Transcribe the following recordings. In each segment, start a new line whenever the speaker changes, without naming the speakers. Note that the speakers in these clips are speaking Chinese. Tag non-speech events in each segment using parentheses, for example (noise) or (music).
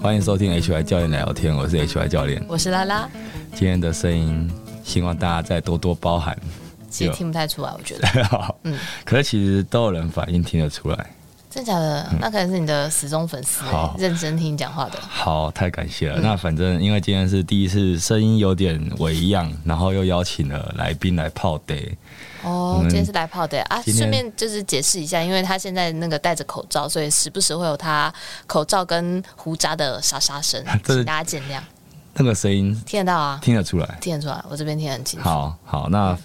欢迎收听 HY 教练聊天，我是 HY 教练。
我是拉拉，
今天的声音，希望大家再多多包涵。
其实
有
听不太出来，
(laughs)
我觉得
好，可是其实都有人反应听得出来。
真假的，那可能是你的死忠粉丝、
嗯
欸
好
认真听你讲话的。
好，太感谢了。那反正因为今天是第一次，声音有点微恙，然后又邀请了来宾来泡 day。
哦，
们
今天是来泡的啊，
嗯今天，
顺便就是解释一下，因为他现在那个戴着口罩，所以时不时会有他口罩跟胡渣的沙沙声
(laughs) 这是
请大家见谅。
那个声音
听得到啊，
听得出来。
听得出来，我这边听得很清楚。
好好，那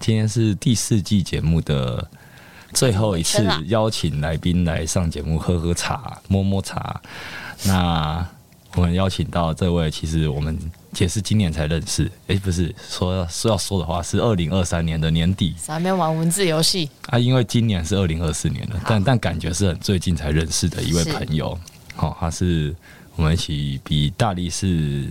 今天是第四季节目的最后一次
真的啊
邀请来宾来上节目喝喝茶、摸摸茶。那我们邀请到这位，其实我们也是今年才认识，诶，不是说说要说的话是二零二三年的年底
在那边玩文字游戏，
啊，因为今年是二零二四年了，但但感觉是很最近才认识的一位
是
朋友。好、他是我们一起比大力士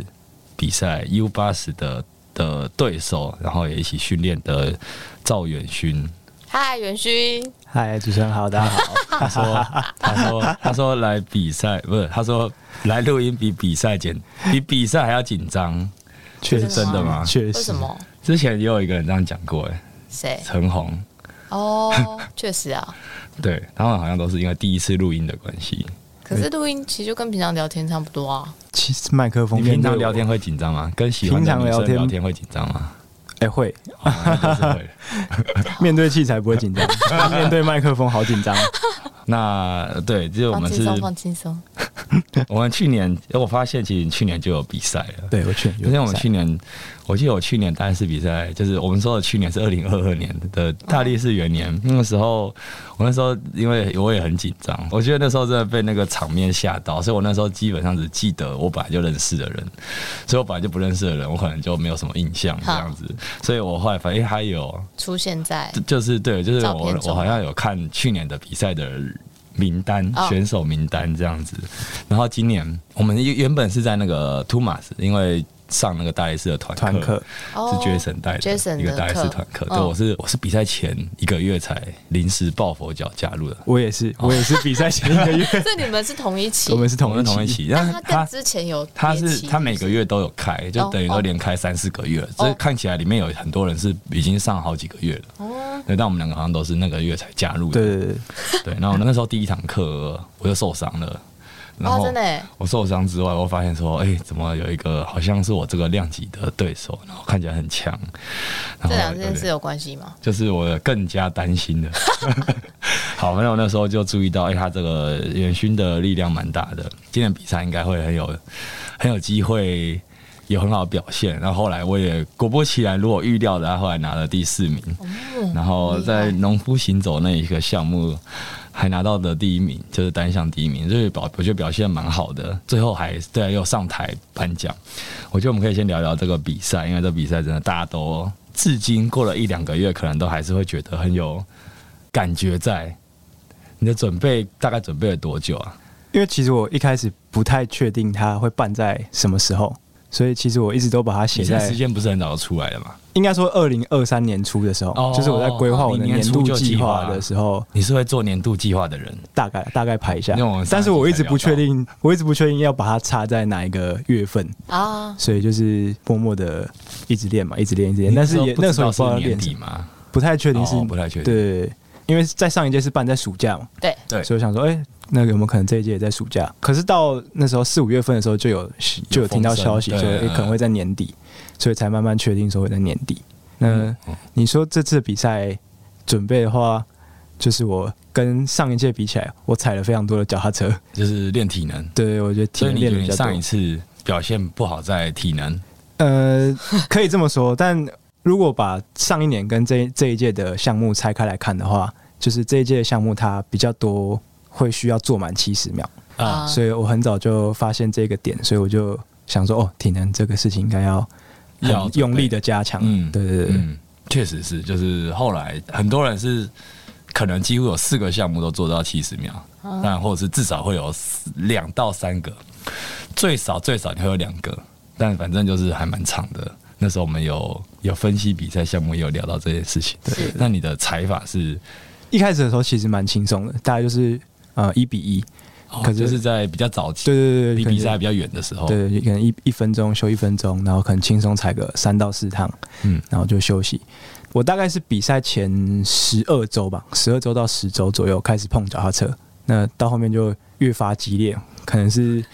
比赛 U 八十的的对手，然后也一起训练的赵远勋。
嗨，元勋，
嗨，主持人好，大家好。
他说：“他说他说来比赛不是？他说来录音比比赛紧，比比赛还要紧张。
确
是
实
真的吗
确实。
为什？么？
之前也有一个人这样讲过，哎，
谁？
(laughs) 陈红。
哦，确实啊。
对他们好像都是因为第一次录音的关系。
可是录音其实就跟平常聊天差不多啊。
其实麦克风
你
面对
平常
我
聊天，会紧张吗？跟喜欢的
平常
女生
聊天
聊天会紧张吗？
哎，会
哦那就是会
面对器材不会
(laughs)
紧张，面对麦克风好紧张。
那对，就是我
放
们
轻
是，
松，放轻松。
我们去年，我发现其实去年就有比赛了。
对，我去，
因为我们去年，我记得我去年大力士比赛，就是我们说的去年是二零二二年的大力士元年。那个时候，我那时候因为我也很紧张，我觉得那时候真的被那个场面吓到，所以我那时候基本上只记得我本来就认识的人，所以我本来就不认识的人，我可能就没有什么印象这样子。所以我后来发现，哎，还有
出现在
就就是对，就是
照
我
片中
我好像有看去年的比赛的名单、
哦
选手名单这样子，然后今年我们原原本是在那个图马斯，因为上那个大力士的团
团
课
课。
是
哦
Jason 带的
Jason
一个大力士
的课
团课，
嗯
对，我是我是比赛前一个月才临时抱佛脚加入的，
我也是，我也是比赛前一个月，
所以你们是同一期
我，们是
哦 (laughs) 我
同
们
一
同一
期。
起，
但
但
他
他
跟之前有
他
别
是
期
他每个月都有开，就等于说连开三四个月，
哦
所以看起来里面有很多人是已经上好几个月了，
哦，
对，但我们两个好像都是那个月才加入的，
(laughs) 对对对，
对，然后那时候第一堂课我就受伤了，然
哇，
后
哦真的耶
我受伤之外，我发现说，哎、怎么有一个好像是我这个量级的对手，然后看起来很强，然
啊这
后
两
有
件事哦
点
有关系吗？
就是我更加担心的。 (laughs) 好，那我那时候就注意到，哎、他这个远勋的力量蛮大的，今天比赛应该会很有很有机会。有很好的表现，然后后来我也果不其然，如我预料的，他后来拿了第四名。
嗯，
然后在农夫行走那一个项目还拿到的第一名，就是单项第一名，所以表我觉得表现蛮好的。最后还对又上台颁奖，我觉得我们可以先聊聊这个比赛，因为这比赛真的大家都至今过了一两个月，可能都还是会觉得很有感觉在。你的准备大概准备了多久啊？
因为其实我一开始不太确定它会办在什么时候，所以其实我一直都把它写
比赛
在
时，间不是很早就出来了嘛？
应该说二零二三年初的时候
哦，
就是我在规划我的
你年
年
初
度
就计
计
划
划的时候，
你是会做年度计划的人，
大概大概排一下
因为我们上一集。
但是我一直不确
才
定，我一直不确定要把它插在哪一个月份。
啊，
所以就是默默的一直练嘛，一直练，一直练。
你
但是也
不知
那时候
道
也不知道
是
要
年
练什
底
么，
嘛？
不太确定是、
哦不太确定
对，因为在上一届是办在暑假嘛，
对，
对
所以我想说，哎、那个有没有可能这一届也在暑假？可是到那时候四五月份的时候，就有就有听到消息
风
说，
声
哎、
对嗯
可能会在年底，所以才慢慢确定说会在年底。
嗯
那你说这次比赛准备的话，就是我跟上一届比起来，我踩了非常多的脚踏车。
就是练体能。
对，我觉得体
所以
能
你觉得
练的比
你
较多
上一。次表现不好在体能？
呃，可以这么说，但如果把上一年跟这这一届的项目拆开来看的话，就是这一届的项目它比较多会需要做满七十秒，
啊
啊
所以我很早就发现这个点，所以我就想说，哦，体能这个事情应该要很
要准备
用力的加强。
嗯
对对对，
嗯，确实是，就是后来很多人是可能几乎有四个项目都做到七十秒，但或者是至少会有四两到三个，最少最少你会有两个，但反正就是还蛮长的。那时候我们有有分析比赛项目，也有聊到这件事情。对，那你的踩法是
一开始的时候其实蛮轻松的，大概就是呃一比一，
哦
可是
就是在比较早期，
对对对
离比
对，可能
赛比较哦远的时候，
对，可能一一分钟休一分钟，然后可能轻松踩个三到四趟，
嗯
然后就休息。我大概是比赛前十二周吧，十二周到十周左右开始碰脚踏车，那到后面就越发激烈，可能是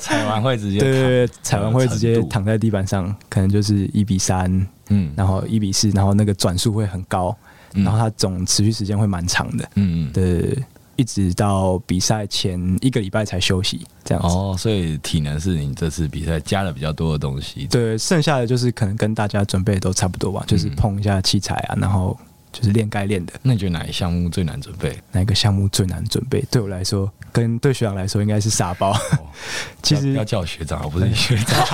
踩完会直接嗯
对对
躺，
对，踩完会直接躺在地板上，可能就是一比三，
嗯
然后一比四，然后那个转速会很高，
嗯
然后它总持续时间会蛮长的，
嗯嗯，
对对，对一直到比赛前一个礼拜才休息这样子。
哦，所以体能是你这次比赛加了比较多的东西，
对，剩下的就是可能跟大家准备都差不多吧，
嗯
就是碰一下器材啊，然后就是练该练的。
那你觉得哪一项目最难准备？
哪个项目最难准备？对我来说，跟对学长来说应该是傻包。其
哦不要不
实
要叫我学长，我不
(laughs)
是你学长。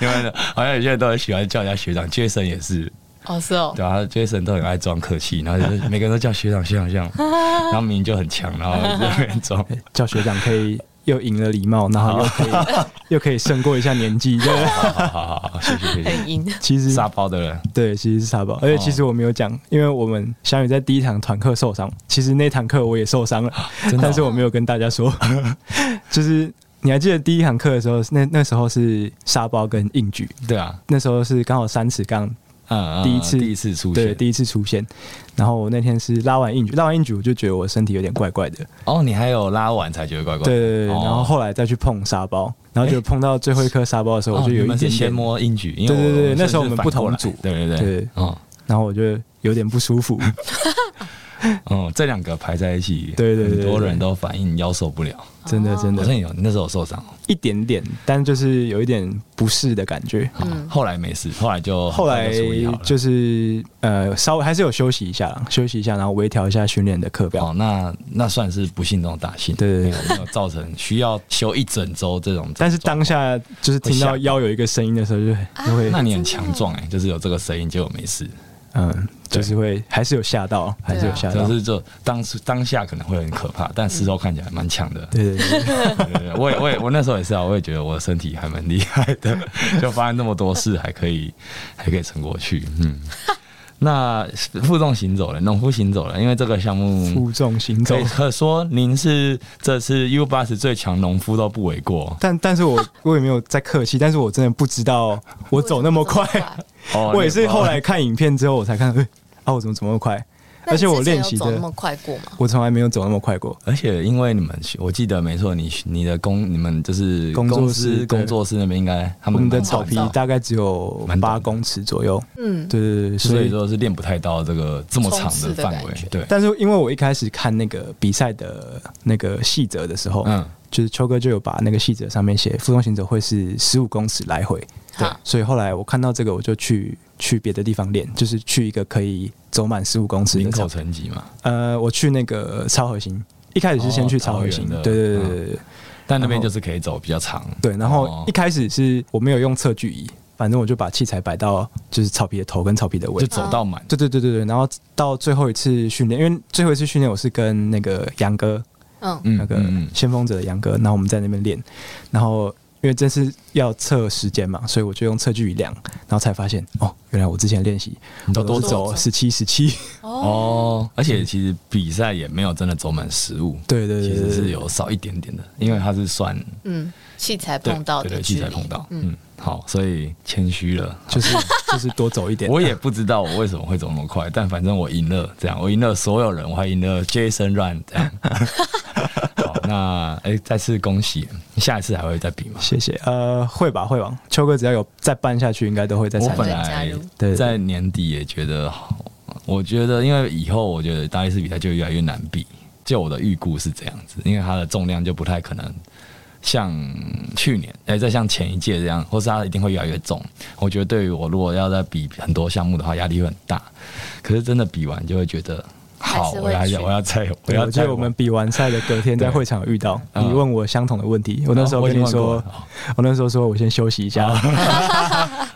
你们好像有些人都很喜欢叫人家学长，Jason 也是，
哦，是哦，
对啊，Jason 都很爱装客气，然后就是每个人都叫学长学长
(laughs)
学长，然后明明就很强，然后在那边装。
叫学长可以又赢了礼貌，然后
(laughs)
又可以又可以胜过一下年纪。对，
好好好好好，谢谢谢
(laughs)
谢。(laughs)
很阴。
哎其实
沙包的哦人，
对，其实是傻包。而且其实我没有讲，因为我们小雨在第一堂团课受伤，其实那堂课我也受伤了，
真的哦
但是我没有跟大家说。 (laughs) 就是你还记得第一堂课的时候，那那时候是沙包跟硬举，
对啊，
那时候是刚好三尺杠，
嗯，嗯
第一次
嗯第一次出
对，
现，
第一次出现。然后我那天是拉完硬举，拉完硬举我就觉得我身体有点怪怪的，
哦，你还有拉完才觉得怪怪的，
对对对。
哦
然后后来再去碰沙包，然后就碰到最后一颗沙包的时候，
哦
我就有
你
一
们是
点
先
点，
摸英举，因为
对对对
我们
那时候
是
我们
反
不同
过来
组
对对
对
哦
然后我就有点不舒服。
哦，这两个排在一起，
对对对对
很多人都反应腰受不了，
真的真
好
的
像有那时候有受伤，
一点点，但就是有一点不适的感觉。
嗯，后来没事，后来就
后
很
来
快就处理好了
就是呃，稍微还是有休息一下啦，休息一下，然后微调一下训练的课表。
哦，那那算是不幸中的大幸，
对对对
没有没有造成需要休一整周这种，
但是当下就是听
会吓
到
到
腰有一个声音的时候就，就会
那你很
真的
强壮哎，就是有这个声音，结果没事，
嗯，
对
就是会还是有吓到，还是有吓到
就。是就当时当下可能会很可怕，但事后看起来蛮强的。
对对对，对
对对对，我也我也我那时候也是啊，我也觉得我的身体还蛮厉害的，就发生那么多事还可以还可以撑过去，嗯。那负重行走了，农夫行走了，因为这个项目
负重行
嗯可
走
以。可说您是这次 U 八十最强农夫都不为过
但但是我我也没有在客气，但是我真的不知道我走那么快，
哦
我也是后来看影片之后我才看，哎、啊我怎么走那么快？
那
而
你
且我
之前
练
有
习
走那
的
么，快过吗？
我从来没有走那么快过。
而且因为你们，我记得没错，你你的公你们就是
工作
公
室
司
对
工作室那边应该他
我
们
们
嗯
的
蛮
草
晚
皮
到
大概只有
蛮短
八
的
公尺左右，
嗯，
对对对，
所
所
以
以
说是练不太到这个这么长
冲刺的
范
感
围
觉，
对，
但是因为我一开始看那个比赛的那个细则的时候，
嗯
就是秋哥就有把那个细则上面写负重行走会是十五公尺来回，
对
所以后来我看到这个，我就去去别的地方练，就是去一个可以走满十五公尺
林
的
口
场。
成绩嘛，
呃，我去那个超核心，一开始是先去超核心，
哦桃园的
对对对对对、
但那
然
边
后
就是可以走比较长，
对。然后
哦
一开始是我没有用测距仪，反正我就把器材摆到就是草皮的头跟草皮的尾
就。走到满，
对对对对对，然后到最后一次训练，因为最后一次训练我是跟那个杨哥，
嗯，
嗯
那个
嗯嗯
先锋者的杨哥，然后我们在那边练，然后因为这次要测时间嘛，所以我就用测距仪量，然后才发现哦，原来我之前练习
你都
我都
多
是
走
走十七十七，
哦，
哦，而且其实比赛也没有真的走满十五，
对对对
其实
对
是
对
有少一点点的，因为它是算
嗯，器材
对
碰到
对
的
对
距
器
离，
材碰到，
嗯
嗯，好，所以谦虚了。
就是就是多走一点。
(laughs) 我也不知道我为什么会走那么快，但反正我赢了，这样我赢了所有人，我还赢了 Jason Run 这
(laughs)
样。好，那哎、再次恭喜，下一次还会再比吗？
谢谢，呃，会吧会吧，秋哥只要有再办下去，应该都会再
我
参
本
加。
来
对对
在年底也觉得好，我觉得因为以后我觉得大力士比赛就越来越难比，就我的预估是这样子，因为它的重量就不太可能像去年，哎、再像前一届这样，或是它一定会越来越重。我觉得对于我如果要再比很多项目的话，压力会很大。可是真的比完就会觉得。
还
好，
是
我
会
要
去
我要再我
对，
要
我记
再
得我们比完赛的隔天在会场有遇到，
嗯
你问我相同的问题，我那时候
我已
跟
经问
你
过
说
了，啊哦
我那时候说我先休息一下，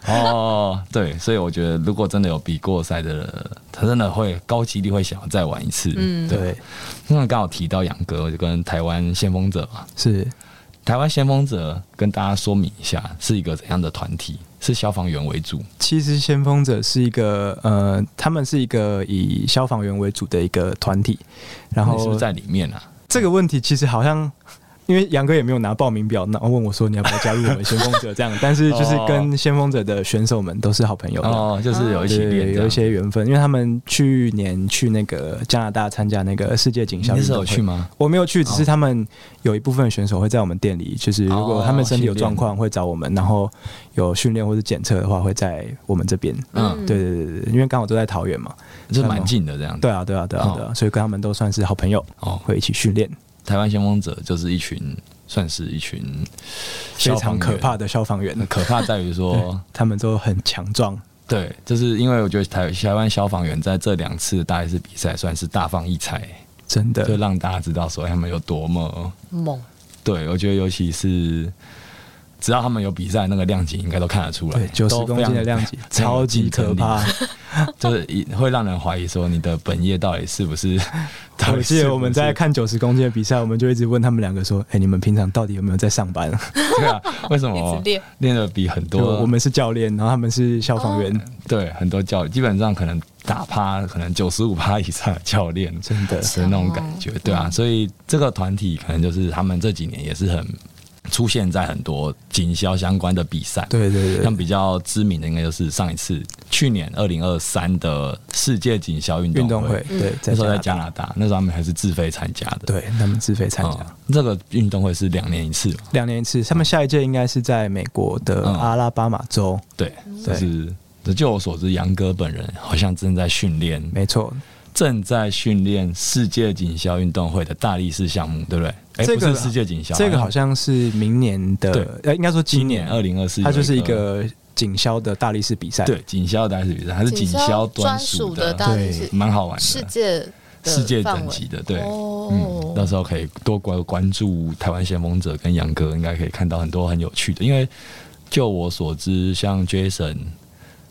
哦， (laughs) 对，所以我觉得如果真的有比过赛的人，他真的会高几率会想要再玩一次。
嗯
对，
那刚好提到杨哥，我就跟台湾先锋者嘛，
是
台湾先锋者跟大家说明一下，是一个怎样的团体？是消防员为主，
其实先锋者是一个呃，他们是一个以消防员为主的一个团体，然
你是
后
不是在里面啊？
这个问题其实好像，因为杨哥也没有拿报名表，然后问我说你要不要加入我们先锋者这样，但是就是跟先锋者的选手们都是好朋友的。
哦，就是有一起
对
练，
有一。些缘分，因为他们去年去那个加拿大参加那个世界警
你
校
那
运
时候
动
有
会，
去吗？
我没有去，只是他们有一部分选手会在我们店里，就是如果他们身体有状况会找我们，然后有训练或者检测的话会在我们这边。
嗯，
嗯
对对对对对，因为刚好都在桃园嘛。
就蛮近的这样子。
对啊对啊对啊对啊，所以跟他们都算是好朋友，
哦，
会一起训练。
台湾先锋者就是一群，算是一群
非常可怕
的。
的消防员，
可怕在于说，
他们都很强壮。
(laughs) 对，就是因为我觉得台台湾消防员在这两次大概是比赛算是大放异彩，
真
就
的，
让大家知道说哎他们有多么
猛，
对，我觉得尤其是只要他们有比赛，那个量级应该都看得出来
对，，九十
都
公
非
斤
常
的量
(laughs)
级，
非常
超
有
级
竞争
可
力 (laughs)
怕。
就是一会让人怀疑说你的本业到底是不
(laughs)
是？到
我
底是
记
不
得
是
我们在看九十公斤的比赛，我们就一直问他们两个说：“哎、你们平常到底有没有在上班
(laughs) 对啊，为什
一直
么
练
练的比很？”
就
多哦
(laughs) 我们是教练，然后他们是消防员，
对很多教基本上可能打趴可能九十五趴以上的教练的
真的
那种感觉，对啊，所以这个团体可能就是他们这几年也是很出现在很多警消相关的比赛，
对对对
像比较知名的应该就是上一次去年二零二三的世界警消运
运动
动
会嗯
会，
对，
那时候在
加
加
拿大
拿大，那时候他们还是自费参加的，
对他们自费参加
嗯，这个运动会是两年一次嘛，
两、年一次。他们下一届应该是在美国的
嗯
阿拉巴马州，
对，就
嗯对
是。就我所知，杨哥本人好像正在训练，
没错。
正在训练世界警消运动会的大力士项目，对不对？哎、
这个
不是世界警消，
这个好像是明年
对
的，呃，应该说
今
今
年二零二四，
它就是一个警消的大力士比赛，
对警消的大力士比赛，它是警消专属
的
的，
大
对
力士，
蛮好玩的，
世界的
世界
范
等
围
级的，对。嗯，到
哦，
时候可以多关关注台湾先锋者跟杨哥，应该可以看到很多很有趣的。因为就我所知，像 Jason、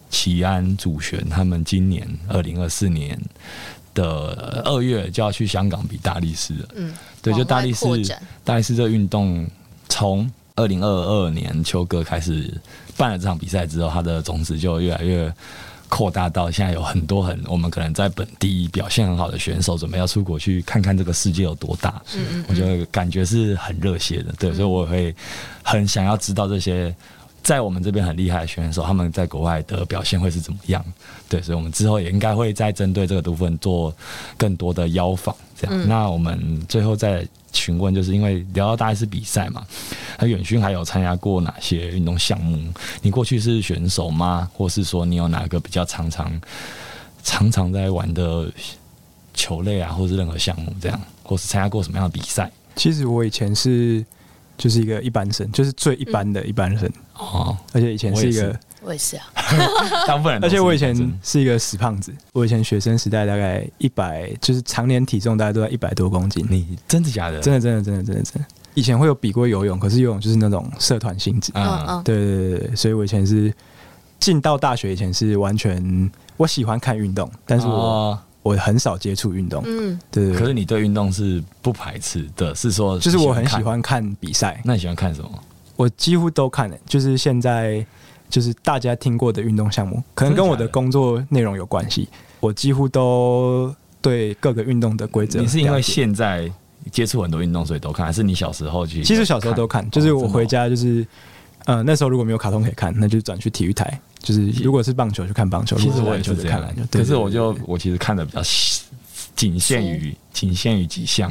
齐安、祖璇他们今年二零二四年的二月就要去香港比大力士了。
嗯，
对，就
往
大
外
力士
扩展，
大力士这个运动从二零二二年秋哥开始办了这场比赛之后，它的种子就越来越扩大到现在有很多很我们可能在本地表现很好的选手，准备要出国去看看这个世界有多大。
嗯
我觉得感觉是很热血的，对，所以我会很想要知道这些。在我们这边很厉害的选手，他们在国外的表现会是怎么样？对，所以我们之后也应该会再针对这个部分做更多的邀访。这样，
嗯
那我们最后再询问，就是因为聊到大概是比赛嘛，那远勋还有参加过哪些运动项目？你过去是选手吗？或是说你有哪个比较常常常常在玩的球类啊，或是任何项目这样，或是参加过什么样的比赛？
其实我以前是就是一个一般生，就是最一般的一般生，
哦，
而且以前是一
我也
个
是，
我也是啊，
(laughs) 大部分人都
而
是
且我以前
这样
是一个死胖子。我以前学生时代大概一百，就是常年体重大概都在一百多公斤。
你真的假的？
真的真的真的真的真的，以前会有比过游泳，可是游泳就是那种社团性质。
嗯
嗯
嗯，
对对对对，所以我以前是进到大学以前是完全我喜欢看运动，但是我、
哦
我很少接触运动。
嗯，
对对对
可是你对运动是不排斥的，是说
就是我很
看
喜。欢看比赛，
那你喜欢看什么？
我几乎都看、欸，就是现在就是大家听过的运动项目，可能
真的
跟
假
我的
的
工作内容有关系，我几乎都对各个运动的规则了
你
解。
是因为现在接触很多运动所以都看，还是你小时候去？
其实小时候都看，
哦
就是我回家就是，呃，那时候如果没有卡通可以看，那就转去体育台。就是如果是棒球就看棒球，
哦真的哦。其实
如果
我
篮
也
球
是
就
这
看
样
篮球。，对
可是我
对对
就
对
我其实看的比较仅限于仅限于几项，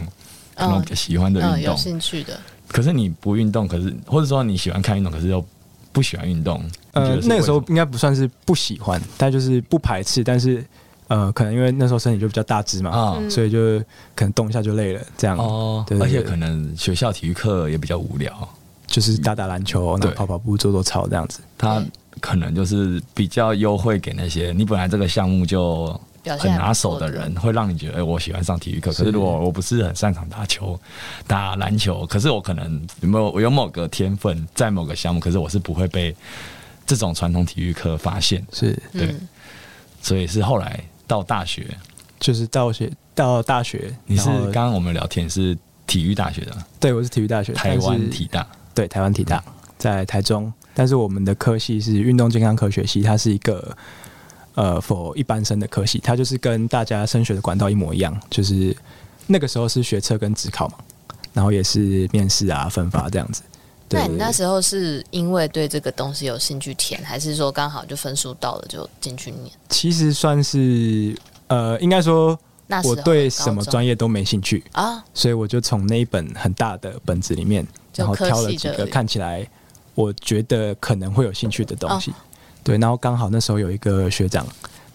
可能
嗯
比较喜欢的
嗯，
运
有
动。
兴趣的，
可是你不运动，可是或者说你喜欢看运动，可是又不喜欢运动。你觉
呃
得是
那个时
为
候
什么
应该不算是不喜欢，但就是不排斥，但是呃，可能因为那时候身体就比较大只嘛，
啊
嗯
所以就可能动一下就累了，这样
哦，
对对
而且
对
可能学校体育课也比较无聊，
就是打打篮球，然
对
后跑跑步、做做操这样子。
他
对
可能就是比较优惠给那些你本来这个项目就
表现
很
还
拿
不
手
错
的
的
人，会让你觉得，哎、我喜欢上体育课。可
是
是如果我不是很擅长打球、打篮球，可是我可能有没有我有某个天分在某个项目，可是我是不会被这种传统体育课发现，
是，
对，
嗯
所以是后来到大学，
就是到学到大学，
你是
然后
刚刚我们聊天是体育大学的吗
对我是体育大学，
台
但
湾
是
体大，
对，台湾体大在台中，但是我们的科系是运动健康科学系，它是一个呃否一般生的科系，它就是跟大家升学的管道一模一样，就是那个时候是学测跟职考嘛，然后也是面试啊、分发这样子。对
那你那时候是因为对这个东西有兴趣填，还是说刚好就分数到了就进去念？
其实算是呃，应该说
那时候
我对什么专
业
业都没兴趣，
啊？
所以我就从那一本很大的本子里面，
就
然后挑了
科系
几
的
个看起来我觉得可能会有兴趣的东西。
哦
对，然后刚好那时候有一个学长，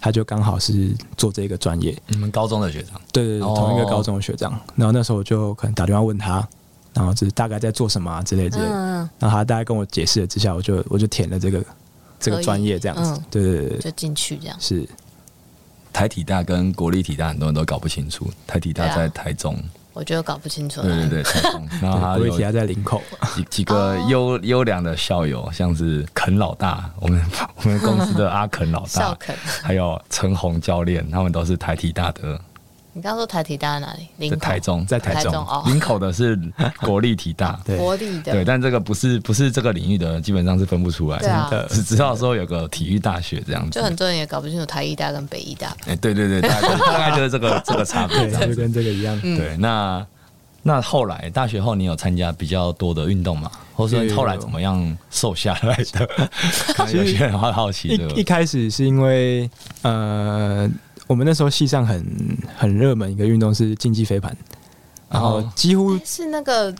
他就刚好是做这个专业，
你们高中的学长，
对对对，
哦
同一个高中的学长。然后那时候我就可能打电话问他，然后就是大概在做什么啊之类之类的。
嗯，
然后他大概跟我解释了之下，我就我就填了这个这个专业这样子
嗯。
对对对对，
就进去这样。
是
台体大跟国立体大很多人都搞不清楚，台体大
对啊
在台中，
我觉得搞不清楚了。
对对对，
(laughs)
台
(laughs)
中，然后
对
啊
他
国立
有
体他在林口，
几几个优优良的校友，像是肯老大，我们我们公司的阿肯老
(laughs) 校
大，
肯，
还有陈红教练，他们都是台体大的，
你刚刚说台体大在哪里？林
在
口
台中，
在台
台
中
中。哦，
林口的是国立体大，
(laughs)
对
国立的
对，但这个不是不是这个领域的，基本上是分不出来，
对啊真
的
只知道说有个体育大学这样子
就。很多人也搞不清楚台艺大跟北艺大。
哎、对对对，大概就是大概就是这个这个差别
对
这，样子。
就跟这个一样。
对，那那后来大学后，你有参加比较多的运动吗？或是
有
后来怎么样瘦下来的？可能有些人会好奇这
一
个。
一开始是因为呃，我们那时候系上很很热门一个运动是竞技飞盘，然后
哦
几乎、
诶是那个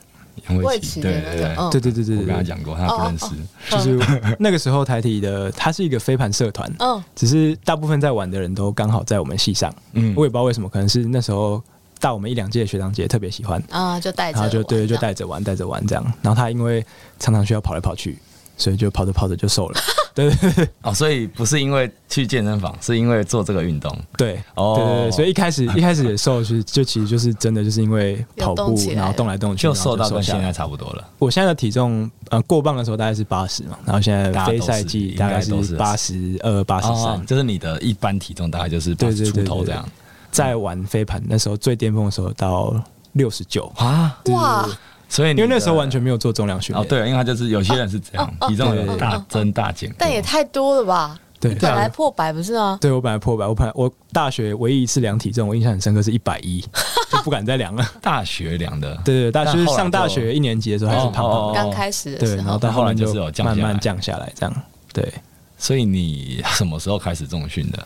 杨
魏
伟
琪
琪，
的
对对
那个
对，，哦
嗯，
对对对对
我跟他
对，
讲过，他不认识。
就是 (laughs) 那个时候台体的它是一个飞盘社团，
嗯，
只是大部分在玩的人都刚好在我们系上，
嗯
我也不知道为什么，可能是那时候大我们一两届的学长姐特别喜欢，
啊，就带着
然后就
玩
对
这
就
样
带着玩带着玩这样，然后他因为常常需要跑来跑去，所以就跑着跑着就瘦了，
哦，所以不是因为去健身房，是因为做这个运动。
对，
哦
对对对，所以一开
(laughs)
始一开始也瘦，是就其实就是真的就是因为跑
有动
步，
起来了
然后动来动去，
就
然
瘦哦
后
到跟
下
现
来
在差不多了，
我现在的体重呃过磅的时候大概是八十嘛，然后现在
大家都
非
是
赛季大
应
概
该都是
八十二、八十
哦
三，。
就是你的一般体重大概就是八
对
十
对
出
对
头
对
这样
在玩飞盘那时候最巅峰的时候到六十九，
啊。
哇，
所以
因为那时候完
全。
全没有做重量训
嗯哦，
练。
对，因为他就是有些人是这样，体重有大增大减，
但也太多了吧？
对啊
本来破百不是吗？
对我本来破百，我本来我大学唯一一次量体重，我印象很深刻是一百一，
(laughs)
就不敢再量了。
大学量的，
对对，对大
但
就是
后来
上大
就
学一年级的时候还是
哦
胖胖
哦
的，
刚开始的
对，
时
然后
候，
到后来
后来就是有降下
慢
来
慢降下来，这样对。
所以你什么时候开始重训的？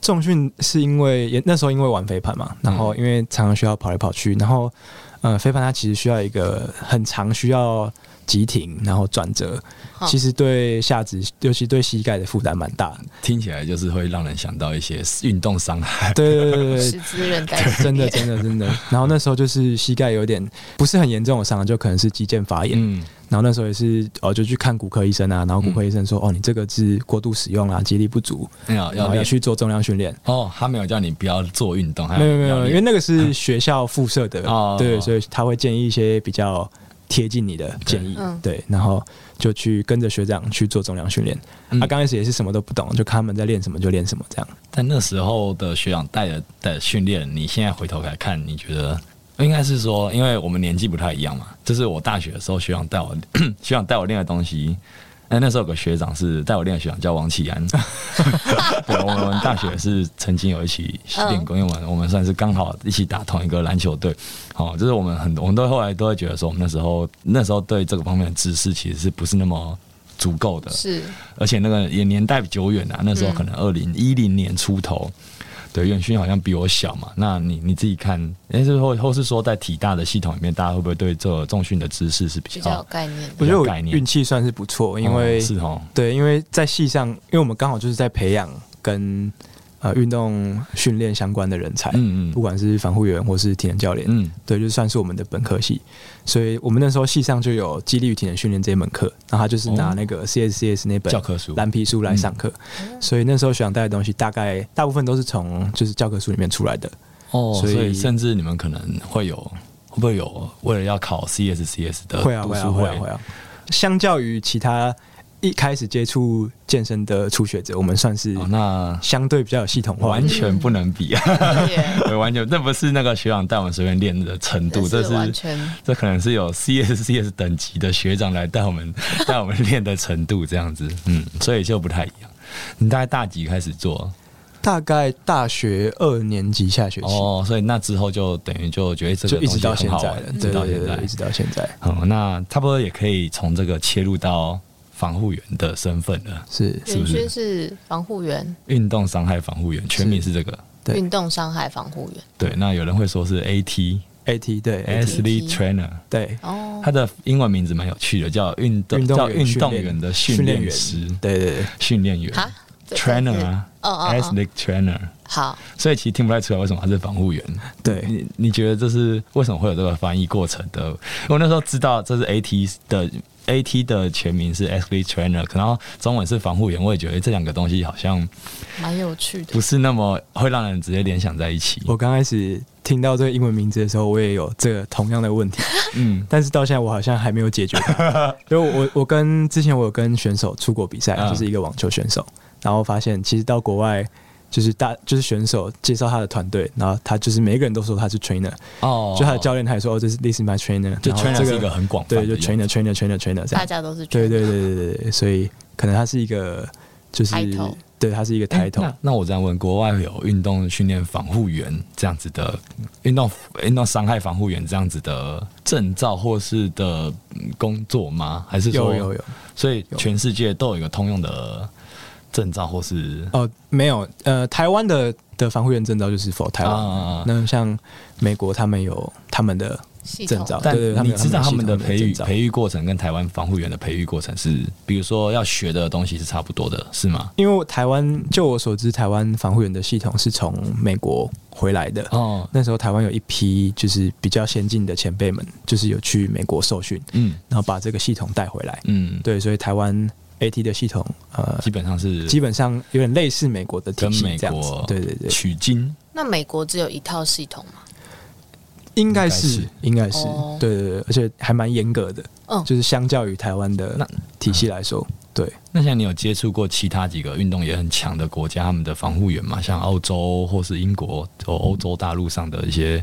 重训是因为也那时候因为玩飞盘嘛，然后因为常常需要跑来跑去，然后呃，飞盘它其实需要一个很长，需要急停，然后转折，
好
其实对下肢，尤其对膝盖的负担蛮大的。
听起来就是会让人想到一些运动伤害，
对对对对 (laughs)
十
对。
字韧带
真的，真的，真的。然后那时候就是膝盖有点不是很严重的伤，就可能是肌腱发炎。
嗯，
然后那时候也是哦，就去看骨科医生啊。然后骨科医生说，哦，你这个是过度使用啦、肌力不足，
(laughs) 没有
然
要
后要
练
去做重量训练。
哦，他没有叫你不要做运动，还
没有没有没有，因为
为
那个是学校附设的
哦，
对，所以他会建议一些比较贴近你的建议
对嗯，
对，然后就去跟着学长去做重量训练。
嗯
他刚开始也是什么都不懂，就看他们在练什么就练什么这样。
但那时候的学长带的带的训练，你现在回头来看，你觉得？应该是说，因为我们年纪不太一样嘛。就是我大学的时候，学长带我 (coughs) 学长带我练的东西，哎，那时候有个学长是带我练的学长叫王启安， (laughs) 对，我们大学是曾经有一起练过，因为我们我们算是刚好一起打同一个篮球队，哦，就是我们很我们都后来都会觉得说，我们那时候那时候对这个方面的知识其实是不是那么足够的，
是
而且那个也年代久远啊，那时候
嗯
可能二零一零年出头。对，远勋好像比我小嘛，那你你自己看，哎，是或或是说在体大的系统里面，大家会不会对这个重训的知识是比
比较有
较？
概念的。
我觉得我
概念
运气算是不错，哦因为
哦是哦，
对，因为在系上，因为我们刚好就是在培养跟呃运动训练相关的人才，
嗯
不
嗯
管是防护员或是体能教练，
嗯，
对，就算是我们的本科系，所以我们那时候系上就有肌力与体能训练这一门课，然后他就是拿那个 CSCS 那本
哦教科书
蓝皮书来上课，所以那时候学长带的东西大概大部分都是从就是教科书里面出来的，
哦，所
所以
以甚至你们可能会有，会不会有为了要考 CSCS 的
会
呃
啊
读
会啊
书
会啊会啊，相较于其他一开始接触健身的初学者，我们算是
哦，那
相对比较有系统化
完。全不能
(laughs)
比啊， (laughs)
对
对完全那不是那个学长带我们随便练的程度，这
这是完
是
全
(laughs) 这可能是有 (laughs) CSCS 等级的学长来带我
(laughs)
们带我们练的程度这样子，嗯，所以就不太一样。你大概大几开始做？
大概大学二年级下学期，
哦，所以那之后就等于就觉得这个
就一直到
东西
现
很好
在
玩
了，
一
对
直到
对
现
对对，一
在。
直到现在
嗯，那差不多也可以从这个切入到防护员的身份了。
是
是不
园
是
区是防护员，
运动伤害防护员，全名是这个。
对
运动伤害防护员。
对，那有人会说是 AT
AT 对 AT
athlete trainer，
对
哦
它，的英文名字蛮有趣的，叫运动
运动
叫
员
运
训
动
练
员的训
训练
练
员
师、
对对对，
训练员
哈
trainer 啊
哦哦哦
，athlete trainer。
好，
所以其实听不太出来为什么他是防护员。
对，
你你觉得这是为什么会有这个翻译过程的？我那时候知道这是 AT 的 AT 的全名是 athlete trainer，可能中文是防护员，我也觉得这两个东西好像
蛮有趣的
不。是啊那么会让人直接联想在一起。
我刚开始听到这个英文名字的时候，我也有这个同样的问题，
(laughs) 嗯，
但是到现在我好像还没有解决它。
(laughs)
因为我我跟之前我有跟选手出国比赛，啊
嗯
就是一个网球选手，然后发现其实到国外就是大就是选手介绍他的团队，然后他就是每一个人都说他是 trainer，、
哦
就他的教练他也说哦，这是 this is my trainer，
就
然后
trainer
这
是一个很广泛的
对，就
用
trainer trainer trainer trainer 这
大
样，
家都是觉
对
得
对对对对对，所以可能他是一个就是
抬头
对，他是一个抬头，
那那我这样问，国外有运动训练防护员这样子的运动运动伤害防护员这样子的证照或是的嗯工作吗？还是
有
说
有有。
所以全世界都有一个通用的证照或是
哦，没有，呃，台湾的的防护员证照就是否台湾、
啊
哦那像美国他们有他们的
系
证
统
照，
但
对对，
你知道他们的
的
培育培
育，
育过程跟台湾防护员的培育过程是，比如说要学的东西是差不多的，是吗？
因为我台湾就我所知，台湾防护员的系统是从美国回来的。
哦，
那时候台湾有一批就是比较先进的前辈们，就是有去美国受训，
嗯
然后把这个系统带回来。
嗯，
对，所以台湾 AT 的系统，呃，
基本上是
基本上有点类似美国的体
跟
系
美
这样子
国。
对对对，
取经
那美国只有一套系统吗？
应该是，应该是
哦，
对对对，而且还蛮严格的，
嗯
就是相较于台湾的
那嗯
体系来说，对，
那像你有接触过其他几个运动也很强的国家，他们的防护员嘛，像澳洲或是英国，就欧洲大陆上的一些，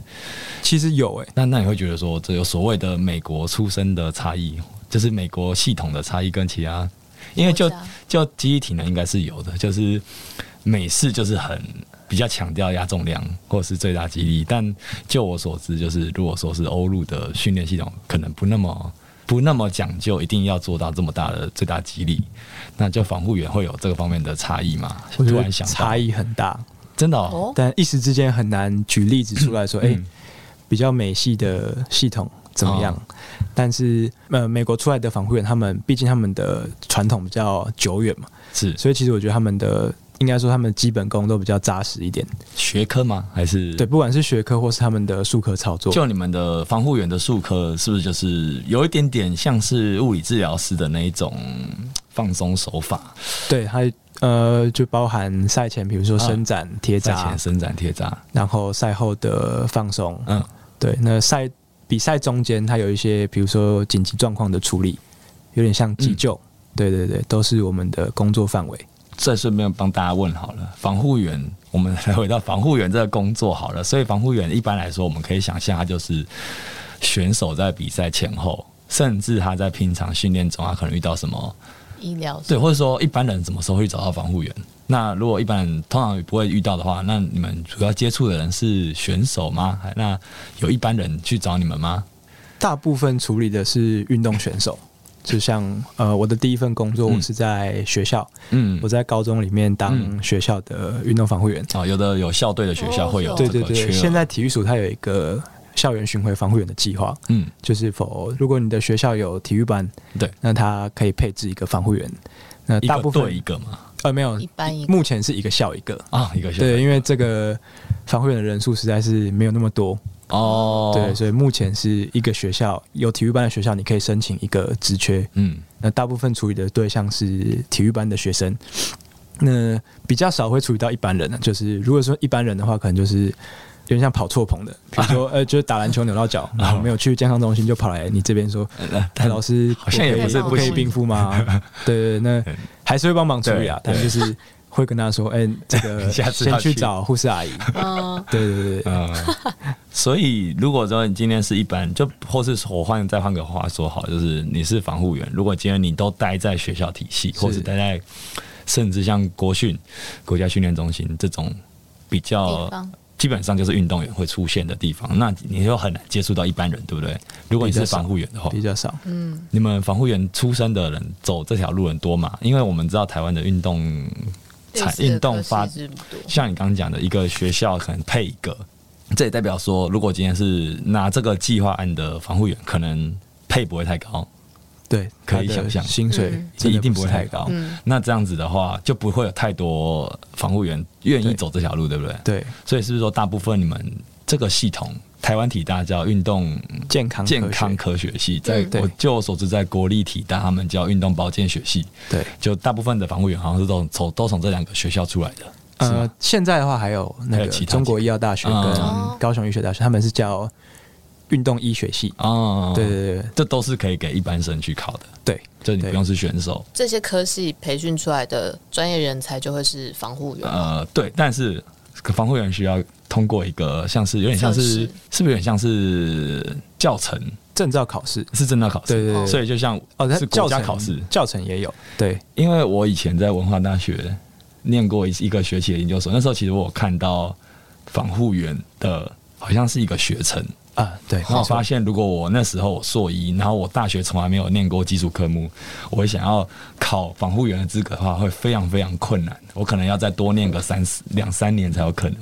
其实有诶、欸
那那你会觉得说，这有所谓的美国出身的差异，就是美国系统的差异跟其他，因为就
国家
就记忆体能应该是有的，就是美式就是很比较强调压重量或者是最大肌力，但就我所知，就是如果说是欧陆的训练系统，可能不那么。不那么讲究，一定要做到这么大的最大肌力，那就防护员会有这个方面的差异吗？
我觉
突
得
然想到
差，异很大，
真的哦，
哦，
但一时之间很难举例子出来说，诶，
嗯
比较美系的系统怎么样？
哦
但是呃，美国出来的防护员，他们毕竟他们的传统比较久远嘛，
是
所以其实我觉得他们的应该说他们的基本功都比较扎实一点，
学科吗？还是
对，不管是学科或是他们的术科操作，
就你们的防护员的术科，是不是就是有一点点像是物理治疗师的那一种嗯放松手法？
对，还呃，就包含赛前，比如说
啊
伸展、贴
在
扎
前，伸展贴扎，
然后赛后的放松。
嗯，
对，那赛比赛中间，它有一些，比如说紧急状况的处理，有点像急救。
嗯
对对对，都是我们的工作范围。
再顺便帮大家问好了，防护员，我们来回到防护员这个工作好了。所以防护员一般来说，我们可以想象他就是选手在比赛前后，甚至他在平常训练中，他可能遇到什么
医疗
对，或者说一般人什么时候会找到防护员？那如果一般人通常不会遇到的话，那你们主要接触的人是选手吗？还那有一般人去找你们吗？
大部分处理的是运动选
(laughs)
手，就像呃，我的第一份工作，
嗯
我是在学校，
嗯
我，在高中里面当
嗯
学校的运动防护员。
哦，有的有校队的学校会有啊
哦
这
对
个
对
缺
对，
额
现在体育署它有一个校园巡回防护员的计划，
嗯，
就是否如果你的学校有体育班，
对，
那它可以配置一个防护员。那
一
大
个
部
队一
分
个嘛，
呃没有
一，般一个
目前是一个校一个。
啊，一个校
对，
队
因为这个防护员的人数实在是没有那么多，
哦，
对，所以目前是一个学校有体育班的学校，你可以申请一个职缺。
嗯，
那大部分处理的对象是体育班的学生，那比较少会处理到一般人呢。就是如果说一般人的话，可能就是有点像跑错棚的，比如
(laughs)
说呃，就是打篮球扭到
哦
脚，然后没有去健康中心就跑来你这
(laughs)
边说，哎，老师
好像也
我可以
不是
我可以
不行
冰敷吗？
(laughs)
对对，对那还是会帮忙处理啊，
对
但就是会跟他说，哎，这
(laughs)
个
下次要
先去
去
找护士阿姨。
嗯，
(laughs) 对对对对，
嗯，所以如果说你今天是一般，就或是我换再换个话说好，就是你是防护员，如果今天你都待在学校体系，或是待在甚至像国训、国家训练中心这种比较
地方
基本上就是运动员会出现的地方，那你就很难接触到一般人，对不对？如果你
比
是
较少
防护员的话，
比较少。
你们防护员出身的人走这条路人多嘛？因为我们知道台湾的运动产运动发，
不多。
像你刚刚讲的，一个学校可能配一个，这也代表说，如果今天是拿这个计划案的防护员，可能配不会太高，
对，
可以
他的
想象
薪水
嗯
这
真的
一定不
是
会太。高。
嗯
那这样子的话，就不会有太多防护员愿意走这条路，对不对？
对，
所以是不是说，大部分你们这个系统，台湾体大叫运动
健康
健
科学
康科学系，在
嗯
对
我就我所知，在国立体大他们叫运动保健学系，
对，
就大部分的防护员好像是都从都从这两个学校出来的，是吗
呃，现在的话还有那
还
个
有其他
中国医药大学
嗯
哦
跟高雄医学大学，他们是叫运动医学系。
哦，
对，对
这都是可以给一般生去考的，
对
就你不
对
用是选手，
这些科系培训出来的专业人才就会是防护员，
呃，对，但是防护员需要通过一个像是有点像
测
是
试
是不是有点像是教程
证照考试
是证照考试，
对对对
所以就像
哦，它
是国
教
家
程
考试，
教程也有。对，
因为我以前在文化大学念过一一个学期的研究所，那时候其实我有看到防护员的好像是一个学程，
啊，对，
然后我
没错
发现如果我那时候我硕一，然后我大学从来没有念过基础科目，我想要考防护员的资格的话，会非常非常困难，我可能要再多念个三四两三年才有可能，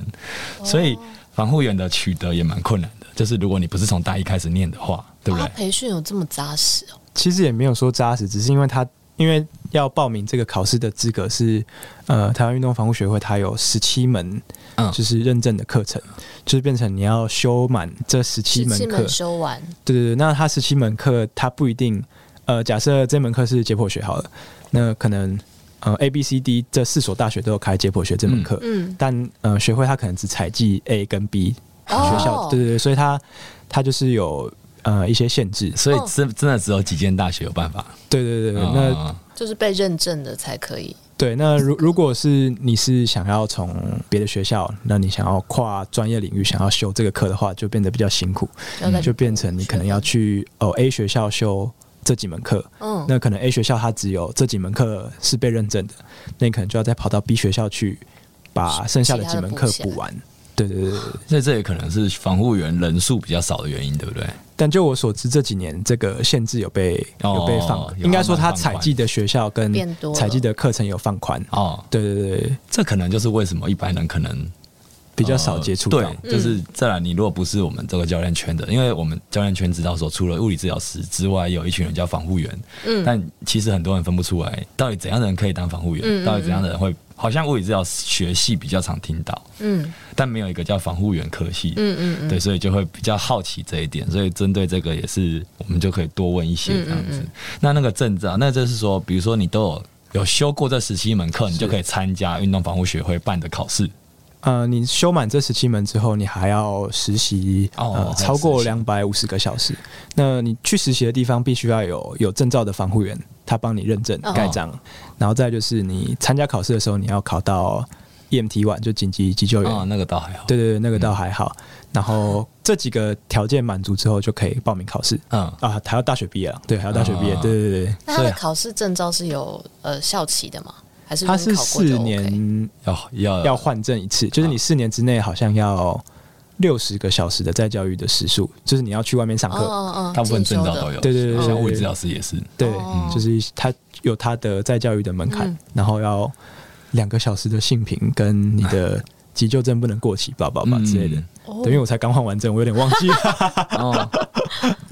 所以防护员的取得也蛮困难的，就是如果你不是从大一开始念的话，对不
哇
对？
啊培训有这么扎实哦，
其实也没有说扎实，只是因为他因为要报名这个考试的资格是，呃，台湾运动防护学会它有十七门，
嗯
就是认证的课程，就是变成你要修满这十七
十
门
七
课
门。修完，
对对对，那它十七门课，它不一定，呃，假设这门课是解剖学好了，那可能呃 A、B、C、D 这四所大学都有开解剖学这门课，
嗯，
但呃，学会它可能只采集 A 跟 B 学校，
哦
对对对，所以它它就是有呃一些限制，
所以
哦
真真的只有几间大学有办法。
对对对对，那
嗯
就是被认证的才可以。
对，那如如果是你是想要从别的学校，那你想要跨专业领域，想要修这个课的话，就变得比较辛苦，
要再去
嗯就变成你可能要去哦 A 学校修这几门课，
嗯，
那可能 A 学校它只有这几门课是被认证的，那你可能就要再跑到 B 学校去把剩下的几门课补完。对对对对，对
所以这也可能是防护员人数比较少的原因，对不对？
但就我所知，这几年这个限制有被
哦
有被放
有，
应该说
慢慢放
它采
宽
集的学校跟
变多了
采集的课程有放宽。
哦，
对对对对，
这可能就是为什么一般人可能
比较少接触到。
呃对，就是
嗯
自然你如果不是我们这个教练圈的，因为我们教练圈知道说，除了物理治疗师之外，有一群人叫防护员。
嗯
但其实很多人分不出来，到底怎样的人可以当防护员，
嗯嗯
到底怎样的人会，好像物理治疗学系比较常听到，
嗯
但没有一个叫防护员科系。
嗯嗯嗯，
对，所以就会比较好奇这一点，所以针对这个也是我们就可以多问一些这样子。
嗯嗯嗯
那那个证照，那就是说，比如说你都有有修过这十七门课，你就可以参加运动防护学会办的考试。
呃，你修满这十七门之后，你还要实习，
哦还要
呃，
实习
超过两百五十个小时。那你去实习的地方必须要有有证照的防护员，他帮你认证
哦
盖章。然后再就是你参加考试的时候，你要考到 EMT one 就紧急急救员。
哦，那个倒还好。嗯
对对对，那个倒还好。然后这几个条件满足之后，就可以报名考试
嗯，
啊，还要大学毕业了，对，还要大学毕业，
哦
对对对对，
那他
所以
的
啊
考试证照是有呃校期的吗？还是
他
就是考过就
四
OK？
年
要要
要换证一
嗯
次，就是你四年之内好像要六十个小时的在教育的时数，就是你要去外面上
哦
课。
哦哦，
大部分
进
证
修
照
的
都有，
对对对
像
对
物理治疗师也是。
对，
嗯
哦
就是他有他的在教育的门槛，
嗯
然后要两个小时的性评跟你的急救证不能过期，叭叭叭之类
嗯
的。
哦
对，因为我才刚换完证，我有点忘
(laughs)
记了。
哦，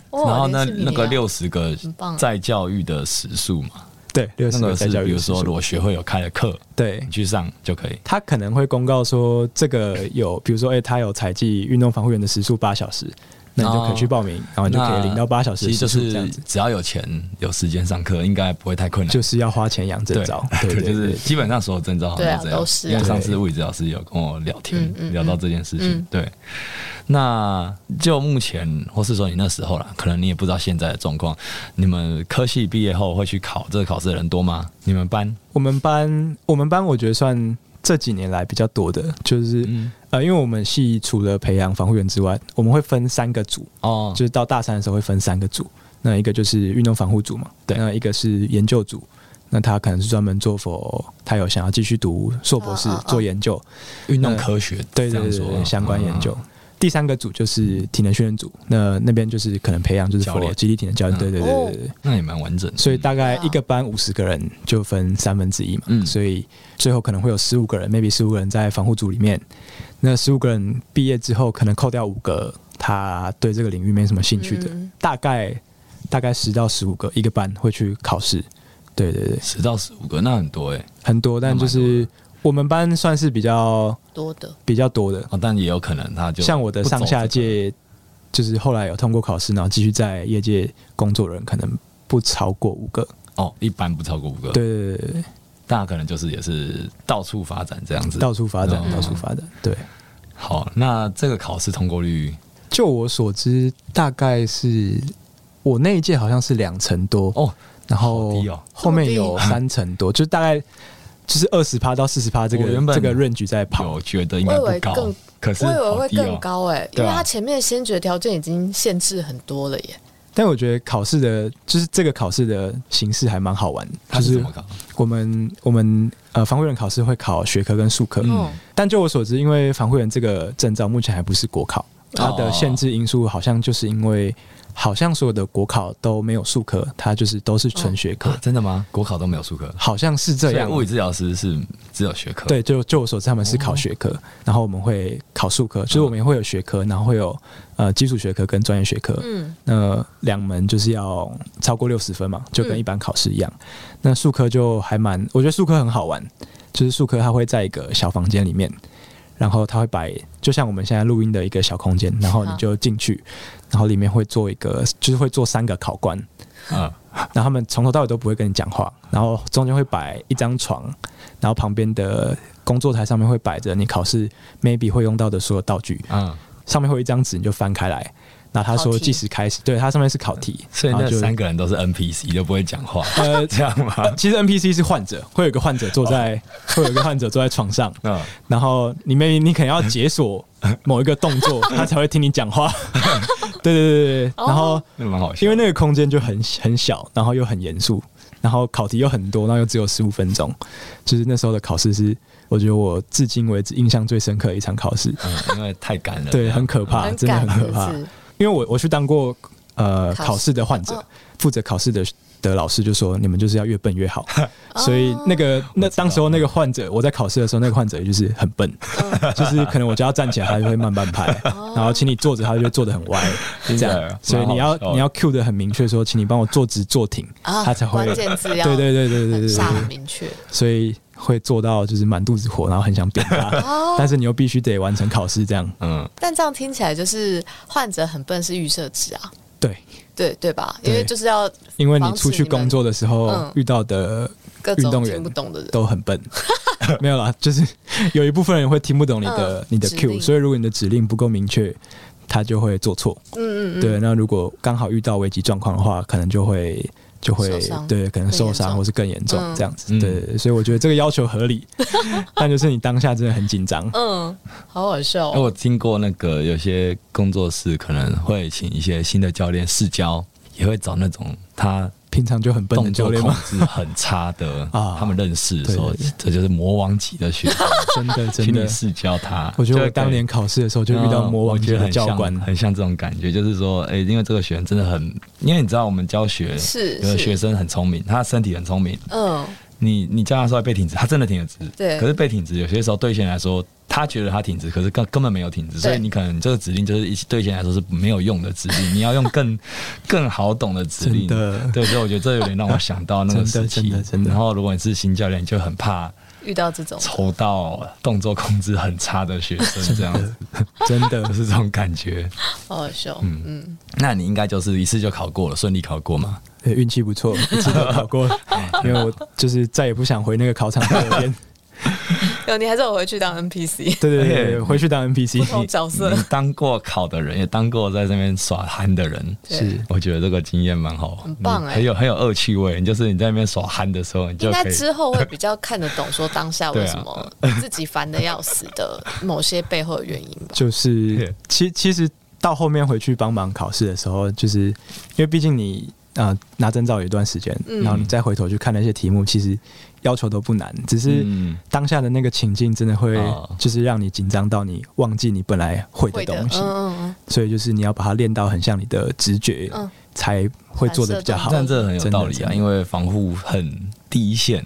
哦
然后呢，
连续比
那个
啊
六十个
很棒
在教育的时数嘛，
对，六
那
十
个
个
是
在教
比
育
如
的时
说
数。
我学会有开的课，
对
你，去上就可以。
他可能会公告说这个有，比如说，哎、他有采集运动防护员的时数八小时，那你就可以去报名，然后你就可以领到八小时
哦那
的
其实就
时数，这
是
样子。
只要有钱有时间上课，应该不会太困难
就。是要花钱养证照，对
(laughs) 对，
对
就是
对
基本上所有证照好像这
对
样，
啊都是啊
因为上次物理治疗师有跟我聊天
嗯，嗯
聊到这件事情
嗯。
对，那就目前或是说你那时候啦，可能你也不知道现在的状况。你们科系毕业后会去考这个考试的人多吗？你们班？
我们班，我们班我觉得算这几年来比较多的，就是、
嗯，
呃，因为我们系除了培养防护员之外，我们会分三个组，
哦
就，是到大三的时候会分三个组。那一个就是运动防护组嘛，
对
那一个是研究组，那他可能是专门做否，他有想要继续读硕博士
哦哦哦
做研究，
运动科学
对
这
对
样
对
说
对相关研究
嗯。
第三个组就是体能训练组，那那边就是可能培养就是
教练
for 基地体能教
嗯
练，对对对对对对。
那也蛮完整的。
所以大概一个班五十个人，就分三分之一嘛。
嗯
所以最后可能会有十五个人，maybe 十五个人在防护组里面。那十五个人毕业之后，可能扣掉五个，他对这个领域没什么兴趣的，
嗯
大概大概十到十五个一个班会去考试。对对对，
十到十五个，那很多哎、
很多，但就
那蛮
是我们班算是比较
多的，
比较多的。
哦，但也有可能他就
像我的
不走
上下
这个
届，就是后来有通过考试，然后继续在业界工作的人，可能不超过五个。
哦，一般不超过五个，，
对对对对对。
那可能就是也是到处发展这样子。
到处发展，
嗯
到处发展。对，
好，那这个考试通过率
就我所知，大概是我那一届好像是两成多，
哦，
然
好
后
低哦
后面有三成多，就大概就是二十趴到四十趴这
我原
个
本
这个 range 在跑。
有觉得应该
我以
不
为
高
更，
可是
我以为
好
会
低哦
更高哎、因
对
为
啊
它前面的先决条件已经限制很多了耶。
但我觉得考试的，就是这个考试的形式还蛮好玩的，
它
就是
怎
是
么高？
我们我们呃防护员考试会考学科跟术科，
嗯
嗯，
但就我所知，因为防护员这个证照目前还不是国考，它的限制因素好像就是因为好像所有的国考都没有术科，它就是都是纯学科，
啊真的吗？国考都没有数科，
好像是这
所以
样。
物理治疗师是只有学科，，
对，就就我所知，他们是考学科，然后我们会考术科，就是我们也会有学科，然后会有呃基础学科跟专业学科。
嗯，
那两门就是要超过六十分嘛，就跟
嗯
一般考试一样。那术科就还蛮，我觉得术科很好玩，就是术科它会在一个小房间里面，然后它会摆，就像我们现在录音的一个小空间，然后你
好
就进去，然后里面会做一个，就是会做三个考官，
嗯，
然后他们从头到尾都不会跟你讲话，然后中间会摆一张床，然后旁边的工作台上面会摆着你考试 maybe 会用到的所有道具，
嗯，
上面会有一张纸，你就翻开来。然后他说
考题
计时开始，对，它上面是考题，
所以
然
那
后就
三个人都是 NPC，都不会讲话，
呃，
(laughs) 这样吗？
其实 NPC 是患者，会有一个患者坐
哦
在，会有一个患者坐在床上，
嗯，
然后你们你可能要解锁某一个动作，他才会听你
(laughs)
讲话。对对对对对，然后
哦
那蛮好笑
因为那个空间就很很小，然后又很严肃，然后考题又很多，然后又只有十五分钟，就是那时候的考试是我觉得我至今为止印象最深刻的一场考试，
嗯，因为太干了，
对，很可怕，
很
啊真的
赶
很可怕
是。不是
因为我我去当过呃
考试
考试的患者
哦，
负责考试的的老师就说你们就是要越笨
(laughs)
越好，所以那
哦
个那当时候那个患者，我在考试的时候，那个患者就是很笨，
嗯
就是可能我叫他站起来，他就会慢半拍，
哦
然后请你坐着，他就会坐得很
(laughs)
歪，
真
这
的哦
样，所以
蛮
你
好笑
要
的
你要 cue 的很明确，说请你帮我坐直坐挺，
啊，
他才会
关键
(laughs)
字
对
要
对对对对对
很
对
下很
对，
明确
所以会做到就是满肚子火，然后很想扁他，
哦。
但是你又必须得完成考试，这样
嗯，
但这样听起来就是患者很笨是预设值啊，
对。
对对吧？因
对
为就是要
因为你
防止
出
你
去
们
工作的时候
嗯
遇到的
各
运动
种
员
听不懂的人，
都很笨， (laughs) 没有啦，就是有一部分人会听不懂你的、
嗯
你的
指
Q，
令
所以如果你的指令不够明确，他就会做错。
嗯嗯嗯，
对，那如果刚好遇到危机状况的话，可能就会就会
受伤
对，可能
更
受
严
伤
重
或是更严重
嗯
这样子。
嗯
对，所以我觉得这个要求
(laughs)
合理，但就是你当下真的很紧张。
嗯， (laughs) 好好笑
哎，
哦。
我听过那个有些工作室可能会请一些新的教练试教，也会找那种他
平常就很笨的
动
教
作
练
控
吗？
制很差的
(laughs) 啊
他们认识的时候
对对对，
这就是魔王级的学生，
真的 (laughs)
(laughs)
真
请你
的，
试教他。
我觉得
就
我
会嗯
当年考试的时候就遇到魔
我
王级
觉得
的
很
教
像
官，
很像这种感觉，就是说，哎、因为这个学生真的很，因为你知道我们教学
是
有的
是
学生很聪明，他身体很聪明，
嗯，
你你叫他说背挺直，他真的挺得直。
对
可是背挺直，有些时候对一些人来说，他觉得他挺直，可是根根本没有挺直，所以你可能这个指令就是一对一些人来说是没有用的指令，你要用更更好懂的指令。
真的
对，所以我觉得这有点让我想到那个
(laughs) 真
时
的
期。
真的真的
然后如果你是新教练，你就很怕
遇到这种
抽到动作控制很差的学生，这样子
真的
就是这种感觉。
好好笑，嗯，
那你应该就是一次就考过了，顺利考过嘛？
对运气不错，一次都考
(laughs)
过，因为我就是再也不想回那个考场第二遍。
有你还是有回去当 NPC，
对对对
而且 (laughs)
对，回去当 NPC
不同角色
你当过考的人，也当过在这边耍憨的人，
对
是
我觉得这个经验蛮好，
很棒
你
欸
很有很有恶趣味。你就是你在那边耍憨的时候，你就
应该
可以
之后会比较看得懂，说当下为什么
啊
自己烦的要死的某些背后的原因
(laughs)
吧。
就是
对
其其实到后面回去帮忙考试的时候，就是因为毕竟你呃拿证照有一段时间，
嗯
然后你再回头去看那些题目，其实要求都不难，只是
嗯
当下的那个情境真的会
哦
就是让你紧张到你忘记你本来会的
会的，
东
嗯
西，
嗯
所以就是你要把它练到很像你的直觉，
嗯
才会做的比较好。
反
但
射
这很有
真的
道理
真
啊，
的
因为防护很第一线，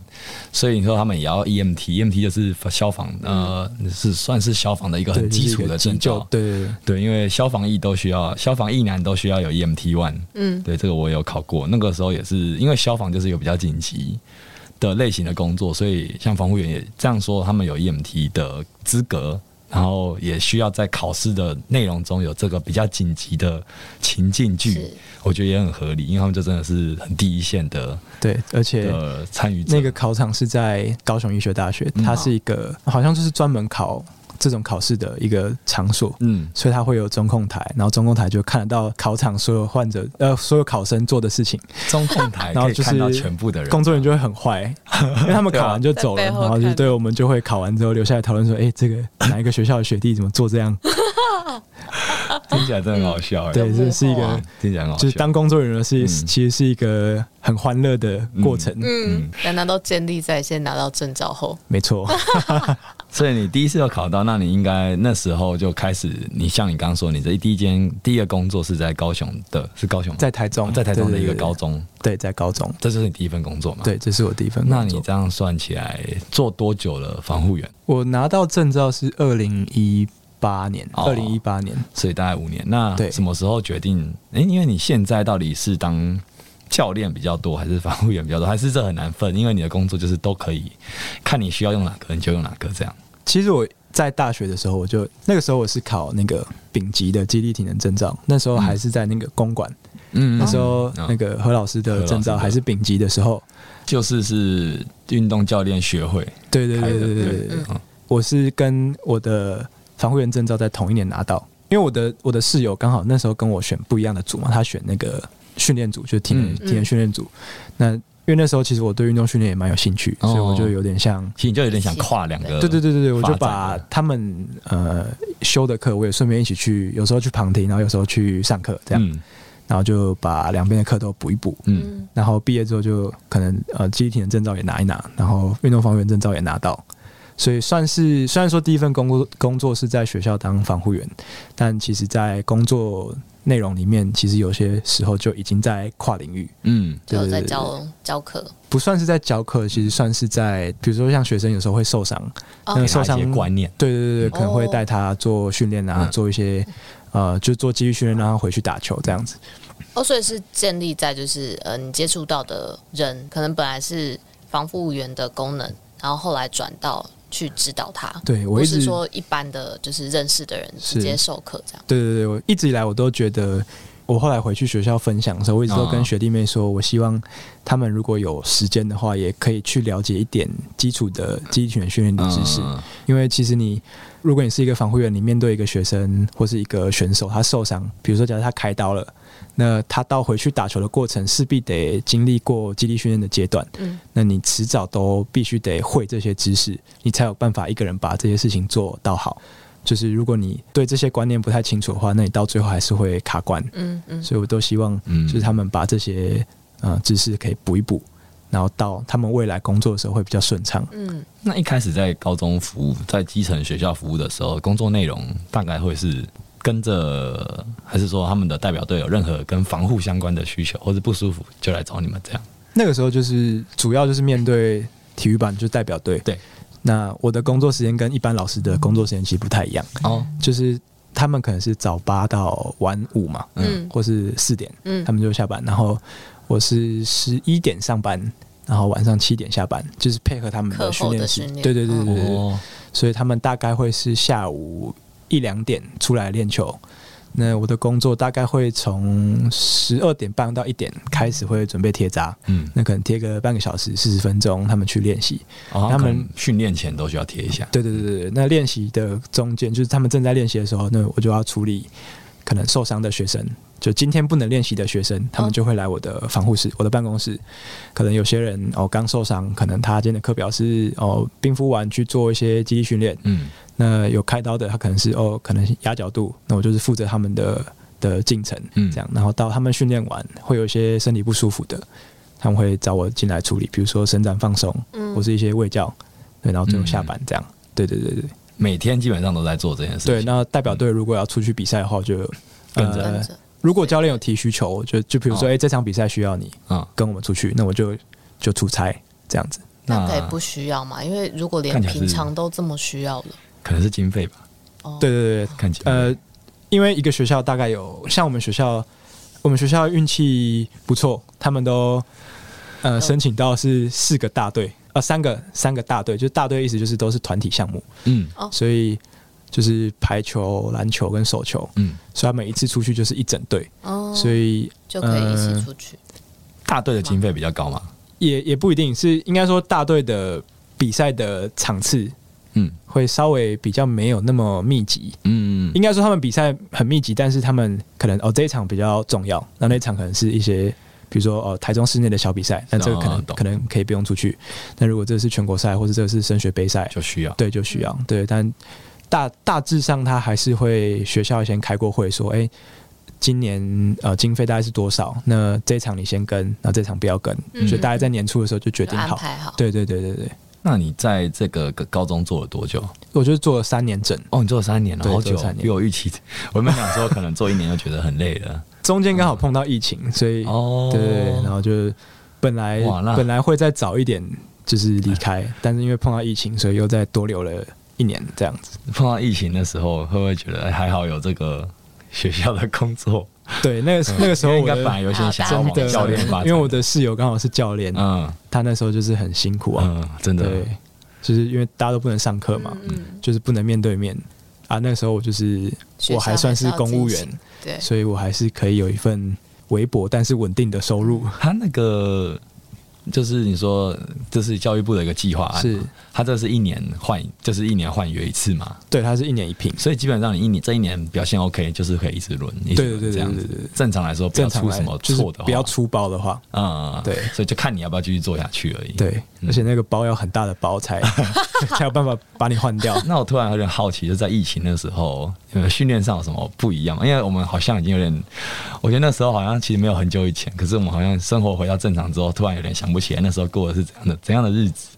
所以你说他们也要 E EMT，EMT 就是消防，呃，是算是消防的一个
对
很
就是
基
一
础
个
的
急
证
救
照。
对对对，
对，因为消防役都需要，消防役男都需要有 EMT one。
嗯，
对，这个我有考过，那个时候也是因为消防就是有比较紧急的类型的工作，所以像防护员也这样说，他们有 EMT 的资格，然后也需要在考试的内容中有这个比较紧急的情境剧
是，
我觉得也很合理，因为他们就真的是很第一线的
对，而且
的参与者。
那个考场是在高雄医学大学，
呃嗯
它是一个好像就是专门考这种考试的一个场所。
嗯，
所以它会有中控台，然后中控台就看得到考场所有患者呃所有考生做的事情，
中控 (laughs) 台
然
可
后
以
就是
看到全部的人，
工作人员就会很坏， (laughs) 因为他们
啊
考完就走了，
在背后
然后就
看
对我们就会考完之后留下来讨论说，
(laughs)
哎、这个哪一个学校的学弟怎么做这样？
听起来真的很好笑、 (laughs) 欸，
对，这是一
幕后
个
啊听起来很好笑，
就是当工作人员是、
嗯
其实是一个很欢乐的过程，
嗯，但那都建立在先拿到证照后，
没错。
嗯
所以你第一次有考到，那你应该那时候就开始，你像你刚刚说，你这第一间第一个工作是在高雄的，是高雄吗
在台
(laughs)
中，
在台中的一个
对
高，中，
对对对，在高中，
这就是你第一份工作嘛？。
对，这是我第一份工作。
那你这样算起来，做多久了防护员？
我拿到证照是二零一八年，
哦
二零一八年，
所以大概五年。那
对
什么时候决定？诶、因为你现在到底是当教练比较多，还是防护员比较多，还是这很难分？因为你的工作就是都可以，看你需要用哪个你就用哪个这样。
其实我在大学的时候，我就那个时候我是考那个丙级的基地体能证照，那时候还是在那个公馆，
嗯
那时候
嗯
那个何老师
何老
的证
师的
照还是丙级的时候，
就是是运动教练学会
对对
开
对
的，
对对对对
对，嗯
我是跟我的防护员证照在同一年拿到，因为我的我的室友刚好那时候跟我选不一样的组嘛，他选那个训练组，就是体能
嗯
体能训练组。那因为那时候其实我对运动训练也蛮有兴趣，
哦
所以我就有点像。
其实你就有点想跨两个，
对对对对对，我就
呃发
把
展的
他们呃修的课，我也顺便一起去，有时候去旁听，然后有时候去上课，这样，
嗯
然后就把两边的课都补一补。
嗯
嗯
然后毕业之后就可能呃，基地体能证照也拿一拿，然后运动防护员证照也拿到，所以算是虽然说第一份工作工作是在学校当防护员，但其实在工作内容里面，其实有些时候就已经在跨领域，
嗯
就有
对对
啊在
对
教教课，
不算是在教课，其实算是在比如说像学生有时候会受伤，
哦
那
嗯给
个受
他一
伤
些观念，
对对对对，可能会
哦
带他做训练啊，
嗯
做一些呃，就做肌力训练，让他回去打球这样子。
哦，所以是建立在就是呃，你接触到的人，可能本来是防护员的功能，然后后来转到去指导他，
对我
不
一
是
直
说一般的就是认识的人直接授课这样。
对对对，我一直以来我都觉得，我后来回去学校分享的时候，我一直都
啊
哦
跟学弟妹说，我希望他们如果有时间的话，也可以去了解一点基础的肌体训练的知识，
嗯
因为其实你。如果你是一个防护员，你面对一个学生或是一个选手，他受伤，比如说假设他开刀了，那他到回去打球的过程，势必得经历过肌力训练的阶段。
嗯，
那你迟早都必须得会这些知识，你才有办法一个人把这些事情做到好。就是如果你对这些观念不太清楚的话，那你到最后还是会卡关。
嗯嗯，
所以我都希望，
嗯
就是他们把这些呃知识可以补一补，然后到他们未来工作的时候会比较顺畅。
嗯，
那一开始在高中服务，在基层学校服务的时候，工作内容大概会是跟着，还是说他们的代表队有任何跟防护相关的需求，或者不舒服就来找你们这样？
那个时候就是主要就是面对体育版，就是代表队。
对，
那我的工作时间跟一般老师的工作时间其实不太一样，
哦，
就是他们可能是早八到晚五嘛，
嗯
或是四点，
嗯
他们就下班，然后我是十一点上班，然后晚上七点下班，就是配合他们
课
的训
后的
练时
训，练
对对对对对对
哦，
所以他们大概会是下午一两点出来练球。那我的工作大概会从十二点半到一点开始会准备贴扎，
嗯，
那可能贴个半个小时四十分钟，他们去练习。
哦他
他们
们训练前都需要贴一下，
对对对对，那练习的中间，就是他们正在练习的时候，那我就要处理可能受伤的学生，就今天不能练习的学生，他们就会来我的防护室、我的办公室。可能有些人哦刚受伤，可能他今天的课表是哦冰敷完去做一些肌力训练，
嗯，
那有开刀的他可能是哦可能是压角度，那我就是负责他们的的进程，
嗯
这样，然后到他们训练完会有一些身体不舒服的，他们会找我进来处理，比如说伸展放松，
嗯
或是一些卫教，对，然后最后下班这样，对对对对
每天基本上都在做这件事情。嗯
对。那代表队如果要出去比赛的话，就
跟着
跟
呃，
着
如果教练有提需求，就就比如说，
哦
哎、这场比赛需要你
嗯，
跟我们出去，那我就就出差这样子。
那可以不需要嘛？因为如果连
看起来是
平常都这么需要了，
可能是经费吧，
哦，
对对对，
看起来。
呃，因为一个学校大概有像我们学校，我们学校运气不错，他们都呃申请到是四个大队，呃三个三个大队，就是大队意思就是都是团体项目，
嗯
哦
所以就是排球、篮球跟手球，
嗯，
所以他们一次出去就是一整队，
哦，
所以
就可以一起
呃
出去。
大队的经费比较高嘛，
也也不一定是应该说大队的比赛的场次
嗯
会稍微比较没有那么密集，
嗯
应该说他们比赛很密集，但是他们可能哦这一场比较重要，那那一场可能是一些比如说哦台中市内的小比赛，那这个可能、
哦懂
可能可以不用出去。那如果这是全国赛或者这个是升学杯赛，
就需要。
对就需要、对，但大大致上他还是会学校先开过会说，哎、今年呃经费大概是多少？那这一场你先跟，那这场不要跟，
嗯
所以大家在年初的时候就决
就
定
安
好。
排好，
对对对对对，
那你在这个高中做了多久？
我就做了三年整，
哦，你做了三年了，
对
好
做
久
了三，年
比我预期。我们想说可能做一年就觉得很累
(laughs)
了。
中间刚好碰到疫情，所以
哦，
对对，对然后就本来
哇那哎
本来会再早一点就是离开，但是因为碰到疫情，所以又再多留了一年这样子。
碰到疫情的时候，会不会觉得哎还好有这个学校的工作？
对，那个那个时候
嗯应
我
该本
的
来有些想要
真
往
的
教练发
因
展，
为我的室友刚好是教练，
嗯
他那时候就是很辛苦啊，
嗯，真的
对，就是因为大家都不能上课嘛，
嗯嗯，
就是不能面对面啊。那个时候我就是
学校
我还算是公务
还是要进
员，
对，
所以我还是可以有一份微薄但是稳定的收
嗯
入。
他那个就是你说这是教育部的一个计划案嘛，
是
他这是一年换，就是一年换约一次嘛，
对，他是一年一聘，
所以基本上你一年这一年表现 OK，就是可以一直轮，一直轮
对对对
这样
对对
子
对。
正常来说，不要
正常
出
来
什么
就是
错的话，
不要出包的话，
嗯，
对
所以就看你要不要继续做下去而已。，嗯
对，嗯而且那个包要很大的包 (laughs) 才才有办法把你换掉。
(laughs) 那我突然有点好奇，就在疫情的时候，你们训练上有什么不一样吗？因为我们好像已经有点，我觉得那时候好像其实没有很久以前，可是我们好像生活回到正常之后，突然有点想不起来那时候过的是怎样的怎样的日子。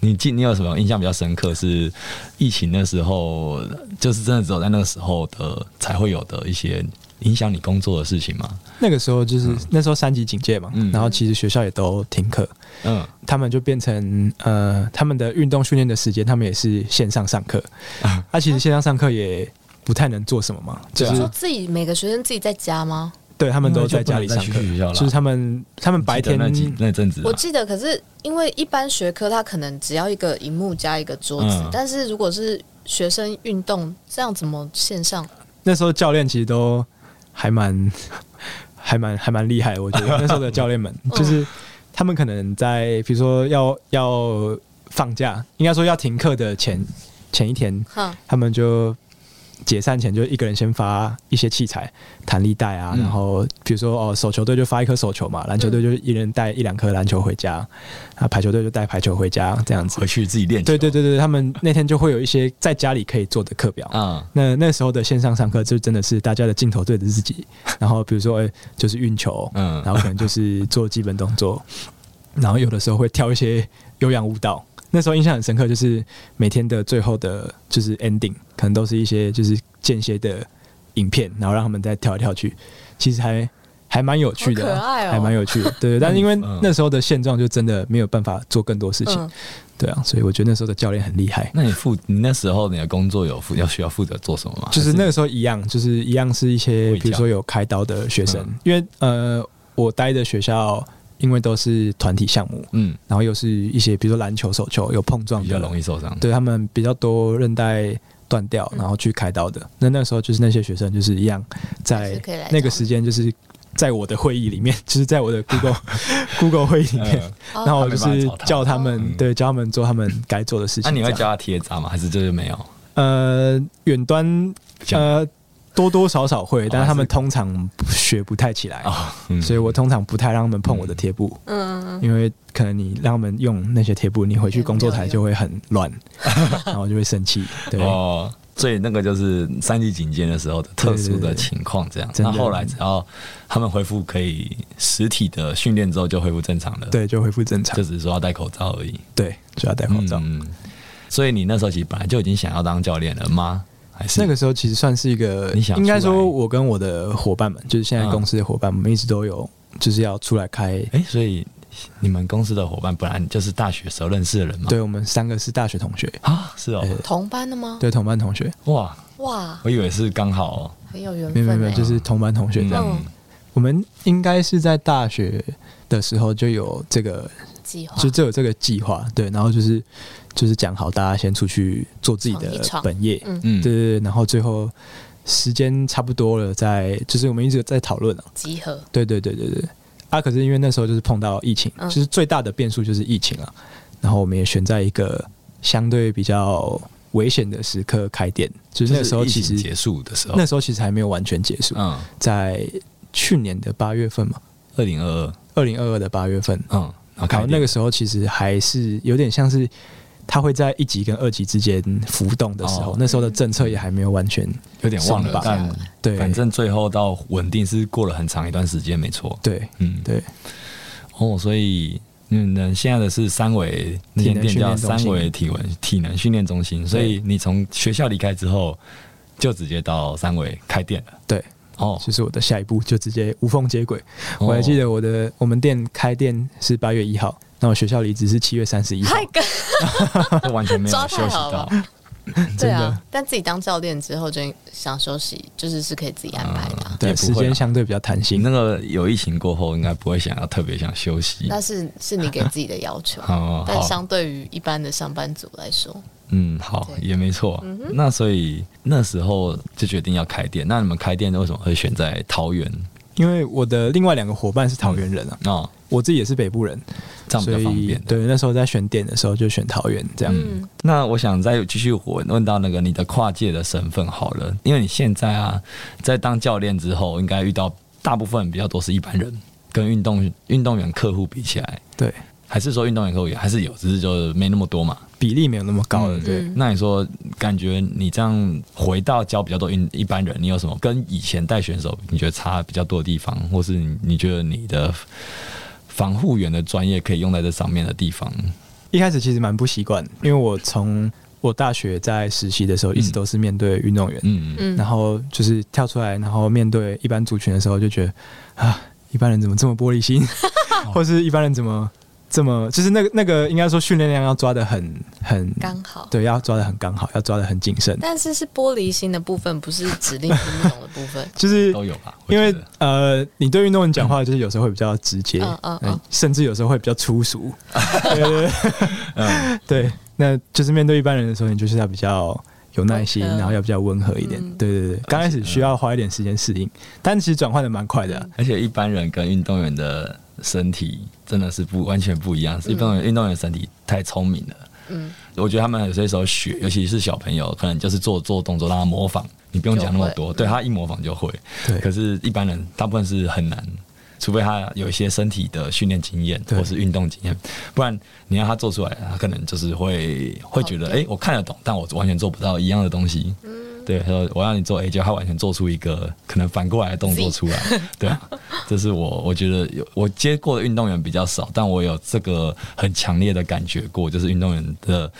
你记你有什么印象比较深刻？是疫情的时候，就是真的只有在那个时候的才会有的一些影响你工作的事情吗？
那个时候就是、那时候三级警戒嘛，
嗯
然后其实学校也都停课，
嗯，
他们就变成呃他们的运动训练的时间，他们也是线上上课。
啊
他、其实线上上课也不太能做什么嘛，就
对啊
是
说自己每个学生自己在家吗？
对他们
因
都
为就
在家里
不能
上
再去
课，
学校了
就是他们他们白天
记得那几那阵子啊、
我记得，可是因为一般学科它可能只要一个荧幕加一个桌子，
嗯
但是如果是学生运动，这样怎么线上？
那时候教练其实都还蛮 (laughs) 还蛮还蛮厉害，我
(laughs)
觉得那时候的教练们
嗯
就是他们可能在比如说要要放假，应该说要停课的前前一天，
哈，
他们就解散前就一个人先发一些器材，弹力带啊，
嗯
然后比如说哦手球队就发一颗手球嘛，篮球队就一人带一两颗篮球回家，啊排球队就带排球回家这样子
回。去自己练球。
对对对对，他们那天就会有一些在家里可以做的课表，
啊、
那那时候的线上上课，就真的是大家的镜头对着自己，然后比如说、哎就是运球，
嗯
然后可能就是做基本动作，然后有的时候会跳一些有氧舞蹈。那时候印象很深刻，就是每天的最后的，就是 ending，可能都是一些就是间歇的影片，然后让他们再跳来跳去，其实还还蛮有趣的，
好
啊
可爱哦
还蛮有趣的，对对。但是因为那时候的现状，就真的没有办法做更多事情，
嗯，
对啊，所以我觉得那时候的教练很厉害。
那你负你那时候你的工作有负要需要负责做什么吗？
就是那个时候一样，就是一样是一些
卫教
比如说有开刀的学生
嗯，
因为呃，我待的学校因为都是团体项目，
嗯，
然后又是一些比如说篮球、手球有碰撞
比
的，
较容易受伤。
对他们比较多韧带断掉，
嗯
然后去开刀的。那那时候就是那些学生就是一样，
还是
在
可以来
那个时间就是在我的会议里面，就是在我的 Google
(laughs)
Google 会议里面，
嗯，
哦
然后我就
他没
是
办法找他
叫他们
嗯
对教他们做他们该做的事
那、
情。
你会
这样
教他贴扎吗？还是就是没有？
呃，远端
讲
呃多多少少会，但
哦还
是
是
他们通常学不太起来，
哦，嗯
所以我通常不太让他们碰我的贴布，
嗯，嗯
因为可能你让他们
(laughs)
用那些贴布，你回去工作台就会很乱，然后就会生气。对，
哦，最那个就是三级警戒的时候的特殊的情况这样。
对对对真的
那后来只要他们恢复可以实体的训练之后，就恢复正常了。，
对，就恢复正常
就，只是说要戴口罩而已。
对，就要戴口罩。
嗯，所以你那时候其实本来就已经想要当教练了吗？还是
那个时候其实算是一个，
你想出
应
来
该说，我跟我的伙伴们，就是现在
嗯
公司的伙伴，我们一直都有就是要出来开。
哎、所以你们公司的伙伴本来就是大学时候认识的人吗？
对我们三个是大学同学，
啊，是哦，
同班的吗？
对同班同学，
哇，
哇，
我以为是刚好、哦。
很有缘
没
分、
有
欸。
没有没有，就是同班同学这样。
嗯
我们应该是在大学的时候就有这个，
计划
就就有这个计划，对，然后就是就是讲好，大家先出去做自己
闯一
的
闯
本业，
嗯，
嗯
对对对，然后最后时间差不多了，再就是我们一直在讨论啊，
集合
对对对对对，啊，可是因为那时候就是碰到疫情，
嗯
就是最大的变数就是疫情啊，然后我们也选在一个相对比较危险的时刻开店，就是那时候
就是
其
疫情
实
结束的时候，
那时候其实还没有完全结束，
嗯，
在去年的八月份嘛，
二零二二，
二零二二的八月份，
嗯，然后
然
开
后那
店
个时候其实还是有点像是它会在一级跟二级之间浮动的时候，
哦
那时候的政策也还没有完全
有点忘了
松绑，
但
对，
反正最后到稳定是过了很长一段时间，没错。
对
嗯，
对
哦，所以嗯，那现在的是三维那间店
体
叫
能训练中心
三维体文体能训练中心，所以你从学校离开之后，就直接到三维开店了。
对，
哦，
就是我的下一步就直接无缝接轨。我还记
哦
得我的我们店开店是八月一号，那我学校离职是七月三十一号，
太
(laughs)
跟
这完全没有
(laughs) 抓
休
太
息
好了
到，
对啊，但自己当教练之后就想休息，就是是可以自己安排的啊、
嗯对，
也不
时
会
间
啦
相对比较弹
你
性。
那个有疫情过后，应该不会想要特别想休息。，
那是是你给自己的要
(laughs)
求
哦，
但
好，
相对于一般的上班族来说，
嗯，好，
对
也没错。
嗯
那所以那时候就决定要开店。那你们开店为什么会选在桃园？
因为我的另外两个伙伴是桃园人啊，
哦，
我自己也是北部人，
这样比
所
较方
以
便。，
对那时候在选店的时候就选桃园这样。
嗯，
那我想再继续问问到那个你的跨界的身份好了，因为你现在啊，在当教练之后，应该遇到大部分比较多是一般人，跟运动运动员客户比起来，
对，
还是说运动员客户也还是有，只是就是没那么多嘛。
比例没有那么高了，
嗯
对。
嗯
那你说，感觉你这样回到教比较多一一般人，你有什么跟以前带选手你觉得差比较多的地方，或是你你觉得你的防护员的专业可以用在这上面的地方？
一开始其实蛮不习惯，因为我从我大学在实习的时候，一直都是面对运动员，
嗯，
嗯
然后就是跳出来，然后面对一般族群的时候，就觉得啊，一般人怎么这么玻
(laughs)
璃心， (laughs) 或是一般人怎么这么，就是那个那个应该说训练量要抓的很很
刚好。
对，要抓的很刚好，要抓的很谨慎，。
但是是玻璃心的部分，不是指令听不懂的部分
(laughs)
就是
都有吧，我
因为
觉得
呃，你对运动员讲话，就是有时候会比较直接，
嗯嗯嗯
嗯甚至有时候会比较粗
(laughs)
俗，对对
嗯
对，对，那就是面对一般人的时候，你就是要比较有耐心，
温和
然后要比较温和一点，
嗯
对对对，刚开始需要花一点时间适应，但其实转换的蛮快的啊、
而且一般人跟运动员的身体真的是不完全不一样，是运动员运动员身体太聪明了。
嗯，
我觉得他们有些时候学，尤其是小朋友，可能就是做做动作让他模仿，你不用讲那么多，
就会嗯
对他一模仿就会。
对
可是，一般人大部分是很难，除非他有一些身体的训练经验
对
或是运动经验，不然你让他做出来，他可能就是会会觉得，
跑
哎、
掉
我看得懂，但我完全做不到一样的东西。对，他说我让你做 A，就他完全做出一个可能反过来的动作出来，对啊，这是我我觉得有我接过的运动员比较少，但我有这个很强烈的感觉过，就是运动员的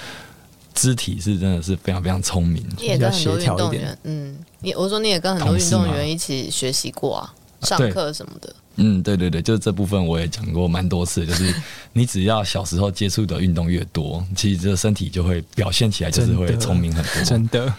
肢体是真的是非常非常聪明，
你也跟很多运
比较协调
动
一点
员，嗯，你我说你也跟很多运动员一起学习过啊，上
对
课什么的，
嗯，对对对，就是这部分我也讲过蛮多次，就是你只要小时候接触的运动越多，其实这身体就会表现起来就是会
真的
聪明很
嗯
多。
真的，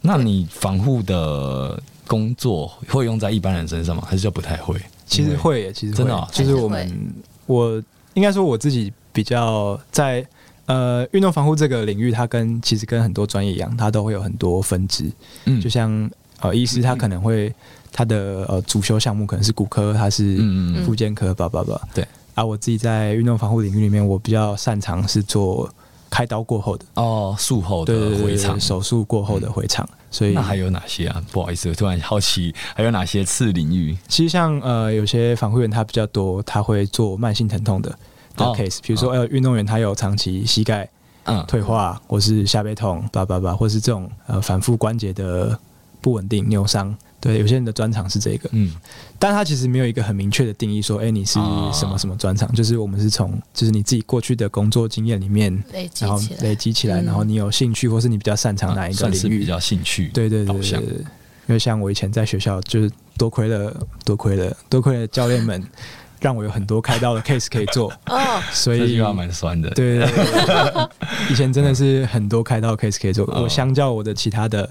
那你防护的工作会用在一般人身上吗？还是就不太会？
其
因
实
为，
会耶，其实会
真的啊
就是我们我应该说我自己比较在呃运动防护这个领域，它跟其实跟很多专业一样，它都会有很多分支，
嗯
就像呃，医师他可能会他的呃主修项目可能是骨科，他是
嗯嗯嗯
附件科，叭叭叭。
对
啊，我自己在运动防护领域里面，我比较擅长是做开刀过后的，
哦，术后
对
的
对对对
回
对
场。
手术过后的回场。所以
嗯那还有哪些啊？不好意思，我突然好奇，还有哪些次领域？
其实像呃有些防护员他比较多，他会做慢性疼痛的的
哦
哎 case，比如说呃运动员他有长期膝盖
嗯
退化，或是下背痛，叭叭叭，或是这种呃反复关节的不稳定、扭伤。对，有些人的专长是这个，
嗯
但他其实没有一个很明确的定义，说，哎、你是
哦
什么什么专长？就是我们是从，就是你自己过去的工作经验里面，
累积
然后
起来，
累积起来，
嗯
然后你有兴趣或是你比较擅长哪一个
啊哦算是
领域？
比较兴趣
对对对
导
对对
向
对，因为像我以前在学校，就是多亏了多亏了多亏了教练们，让我有很多开刀的 case 可以做，
哦，
所
这
以
句话蛮酸的。
对对
(laughs)
对对以前真的是很多开刀 case 可以做。
哦
我相较我的其他的，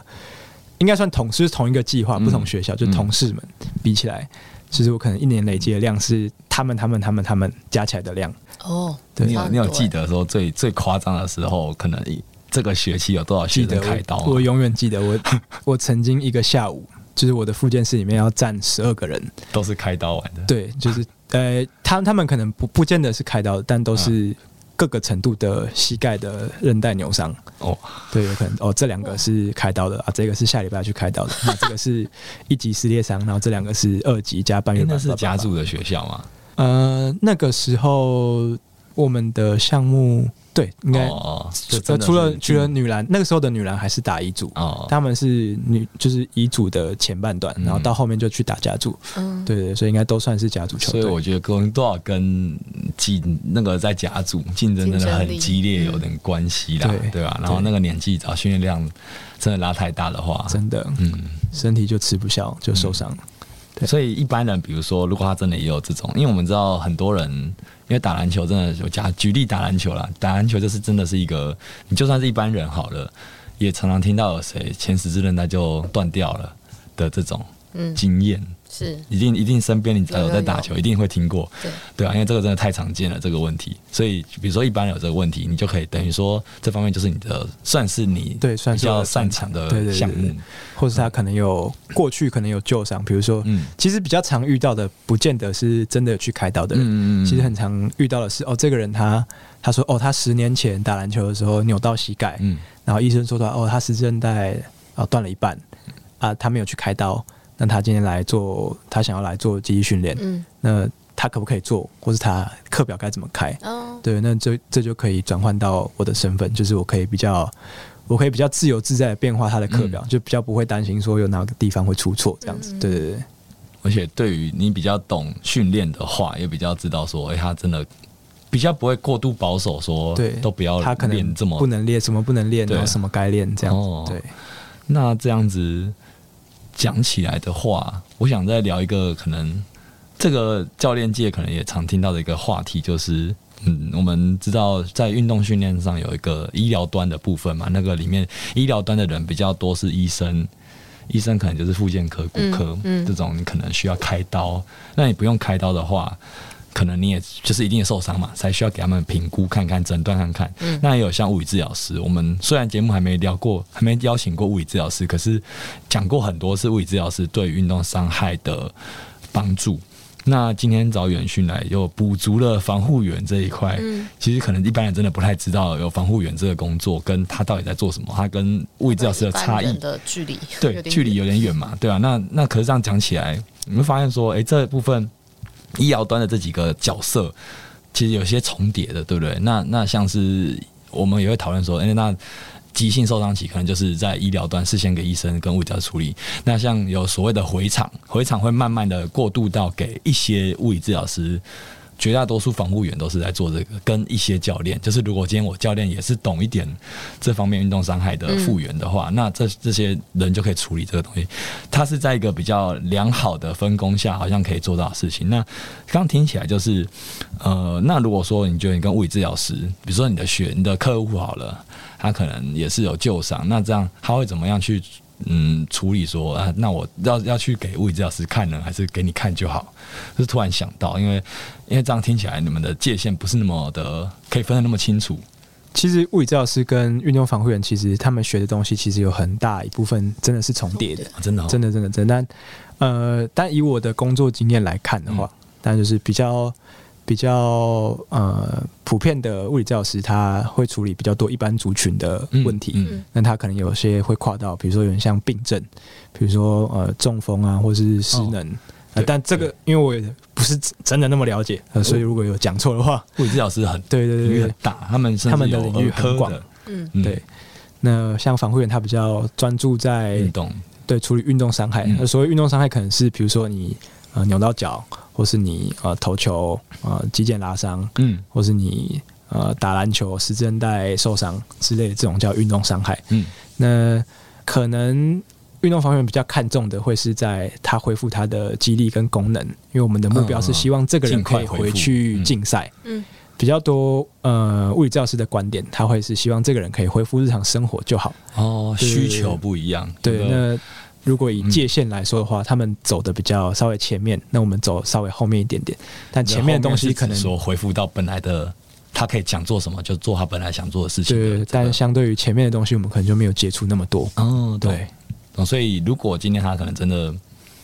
应该算同是同一个计划，
嗯
不同学校，就同事们比起来，其实我可能一年累积的量是他们、他们、他们、他们加起来的量。
哦，
对
你有你有记
对
得说最最夸张的时候，可能一这个学期有多少
记
学
得
生
我
开刀、
我
啊？
永远记得
(laughs)
我我曾经一个下午，就是我的复健室里面要站十二个人，
都是开刀完的。
对，就是呃，他他们可能不不见得是开刀，但都是
嗯
各个程度的膝盖的韧带扭伤。
哦，
对，有可能哦，这两个是开刀的啊，这个是下礼拜去开刀的，那这个是一级撕裂伤，然后这两个是二级加半月
诶
板。
那是
叭叭
家
叭
住的学校吗？
呃，那个时候我们的项目对，应该、
哦，就
除
真的
除了
是
除了女篮，那个时候的女篮还是打乙组。
哦，
他们是女，就是乙组的前半段，然后
嗯
到后面就去打甲组，
嗯，
对对，对所以应该都算是甲组球
所
队。
以我觉得跟多少跟竞那个在甲组竞争真的很激烈
竞争力
有点关系啦，
对
对吧？然后那个年纪，只要训练量真的拉太大的话，
真的，
嗯，
身体就吃不消，就受伤了。对
所以一般人，比如说，如果他真的也有这种，因为我们知道很多人，因为打篮球真的有假举例打篮球啦，打篮球就是真的是一个，你就算是一般人好了，也常常听到有谁前十字韧带就断掉了的这种
嗯
经验，
是
一定一定身边你只要有
有有
在打
有
球，一定会听过，
对，
对啊，因为这个真的太常见了这个问题，所以比如说一般人有这个问题，你就可以等于说这方面就是你的算是你
对算
比
是我
较
的
擅长
对对
的
对
项
对
目
对，或是他可能有过去可能有旧伤，比如说，
嗯
其实比较常遇到的，不见得是真的有去开刀的人，
嗯
其实很常遇到的是，哦，这个人他他说，哦，他十年前打篮球的时候扭到膝盖，
嗯
然后医生说他，哦，他十字韧带啊断了一半，
嗯
啊，他没有去开刀，那他今天来做，他想要来做肌力训练，
嗯，
那他可不可以做，或是他课表该怎么开？
哦，
对，那这这就可以转换到我的身份，就是我可以比较，我可以比较自由自在的变化它的课表，
嗯
就比较不会担心说有哪个地方会出错这样子。
嗯
对对对，
而且对于你比较懂训练的话，也比较知道说，哎、他真的比较不会过度保守说，
对
都不要
他可
练
能
这么
不能练什么不能练，
对
然后什么该练这样子。
哦
对，
那这样子讲起来的话，我想再聊一个可能这个教练界可能也常听到的一个话题，就是嗯，我们知道在运动训练上有一个医疗端的部分嘛，那个里面医疗端的人比较多是医生。医生可能就是复健科、骨科、
嗯嗯
这种，你可能需要开刀。那你不用开刀的话，可能你也就是一定受伤嘛，才需要给他们评估看看、诊断看看。
嗯
那也有像物理治疗师，我们虽然节目还没聊过，还没邀请过物理治疗师，可是讲过很多次物理治疗师对运动伤害的帮助。那今天找远训来，又补足了防护员这一块。
嗯
其实可能一般人真的不太知道有防护员这个工作，跟他到底在做什么，他跟物理治疗师的差
一般
异
人。的距离，
对
有，点
距离
远
有点远嘛，对啊，那那可是这样讲起来，你会发现说，哎、这部分医疗端的这几个角色，其实有些重叠的，对不对？那那像是我们也会讨论说，哎、那急性受伤期可能就是在医疗端事先给医生跟物理治疗处理，那像有所谓的回场，回场会慢慢的过渡到给一些物理治疗师。绝大多数防护员都是在做这个，跟一些教练，就是如果今天我教练也是懂一点这方面运动伤害
嗯
的复原的话，那这这些人就可以处理这个东西。它是在一个比较良好的分工下，好像可以做到的事情。那刚听起来就是，呃，那如果说你觉得你跟物理治疗师，比如说你的学你的客户好了，他可能也是有旧伤，那这样他会怎么样去？嗯，处理说啊，那我要要去给物理治疗师看呢，还是给你看就好？就是突然想到，因为因为这样听起来你们的界限不是那么的可以分得那么清楚。
其实物理治疗师跟运动防护员，其实他们学的东西其实有很大一部分真的是重叠的，
啊真的、哦，
真的真的真的。但呃，但以我的工作经验来看的话，
嗯
但就是比较。比较呃普遍的物理治疗师，他会处理比较多一般族群的
嗯
问题，
嗯
那他可能有些会跨到，比如说有点像病症，比如说呃中风啊，或是失
哦
能。
对嗯
呃但这个因为我也不是真的那么了解，呃，所以如果有讲错的话，
物理治疗师很
对对
领
对
域
对
很大，他们甚
他们
至
的
有
领域
儿科
很广
的
嗯，
嗯
对。那像防护员，他比较专注在
运动，
对处理运动伤害。
嗯
那所谓运动伤害，可能是比如说你呃扭到脚，或是你呃投球呃肌腱拉伤，
嗯
或是你呃打篮球十字韧带受伤之类的，这种叫运动伤害。
嗯
那可能运动防护员比较看重的会是在他恢复他的肌力跟功能，因为我们的目标是希望这个
嗯
人
尽快
可以
恢复
回去
嗯
竞赛。
嗯，
比较多呃物理治疗师的观点，他会是希望这个人可以恢复日常生活就好。
哦，
对
需求不一样，有
对，
的
那如果以
嗯
界限来说的话，他们走的比较稍微前面，那我们走稍微后面一点点，但前面的东西
后
可能
面是指说恢复到本来的，他可以想做什么就做他本来想做的事情的这
对
个。，
但相对于前面的东西，我们可能就没有接触那么多。
哦，
对
对，哦所以如果今天他可能真的，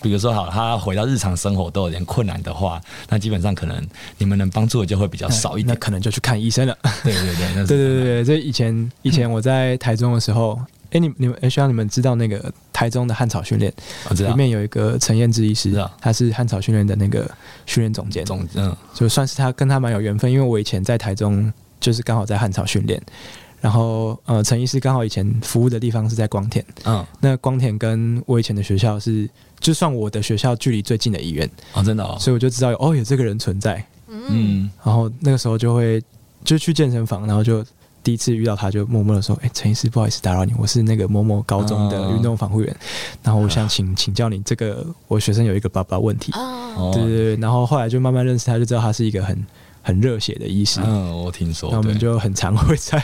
比如说好，他回到日常生活都有点困难的话，那基本上可能你们能帮助的就会比较少一
那
点。
可能就去看医生了。
对对 (laughs) 对，嗯那是
对对对对，这以前以前我在台中的时候，哎、你你们 H R 你们知道那个台中的汉草训练
我知
里
道。
面有一个陈彦之医师
知道，
他是汉草训练的那个训练总监，
总嗯，
就算是他跟他蛮有缘分，因为我以前在台中就是刚好在汉草训练，然后呃陈医师刚好以前服务的地方是在光田，
嗯，
那光田跟我以前的学校是就算我的学校距离最近的医院，
哦，真的哦，
所以我就知道有哦有这个人存在，
嗯，
然后那个时候就会就去健身房，然后就第一次遇到他，就默默的说：“哎、陈医师，不好意思打扰你，我是那个某某高中的
嗯
运动防护员，然后我想请请教你这个我学生有一个爸爸问题。
啊，
哦
对，对对，然后后来就慢慢认识他，就知道他是一个很很热血的医师，那、
嗯，我听说，
我们
对
就很常会在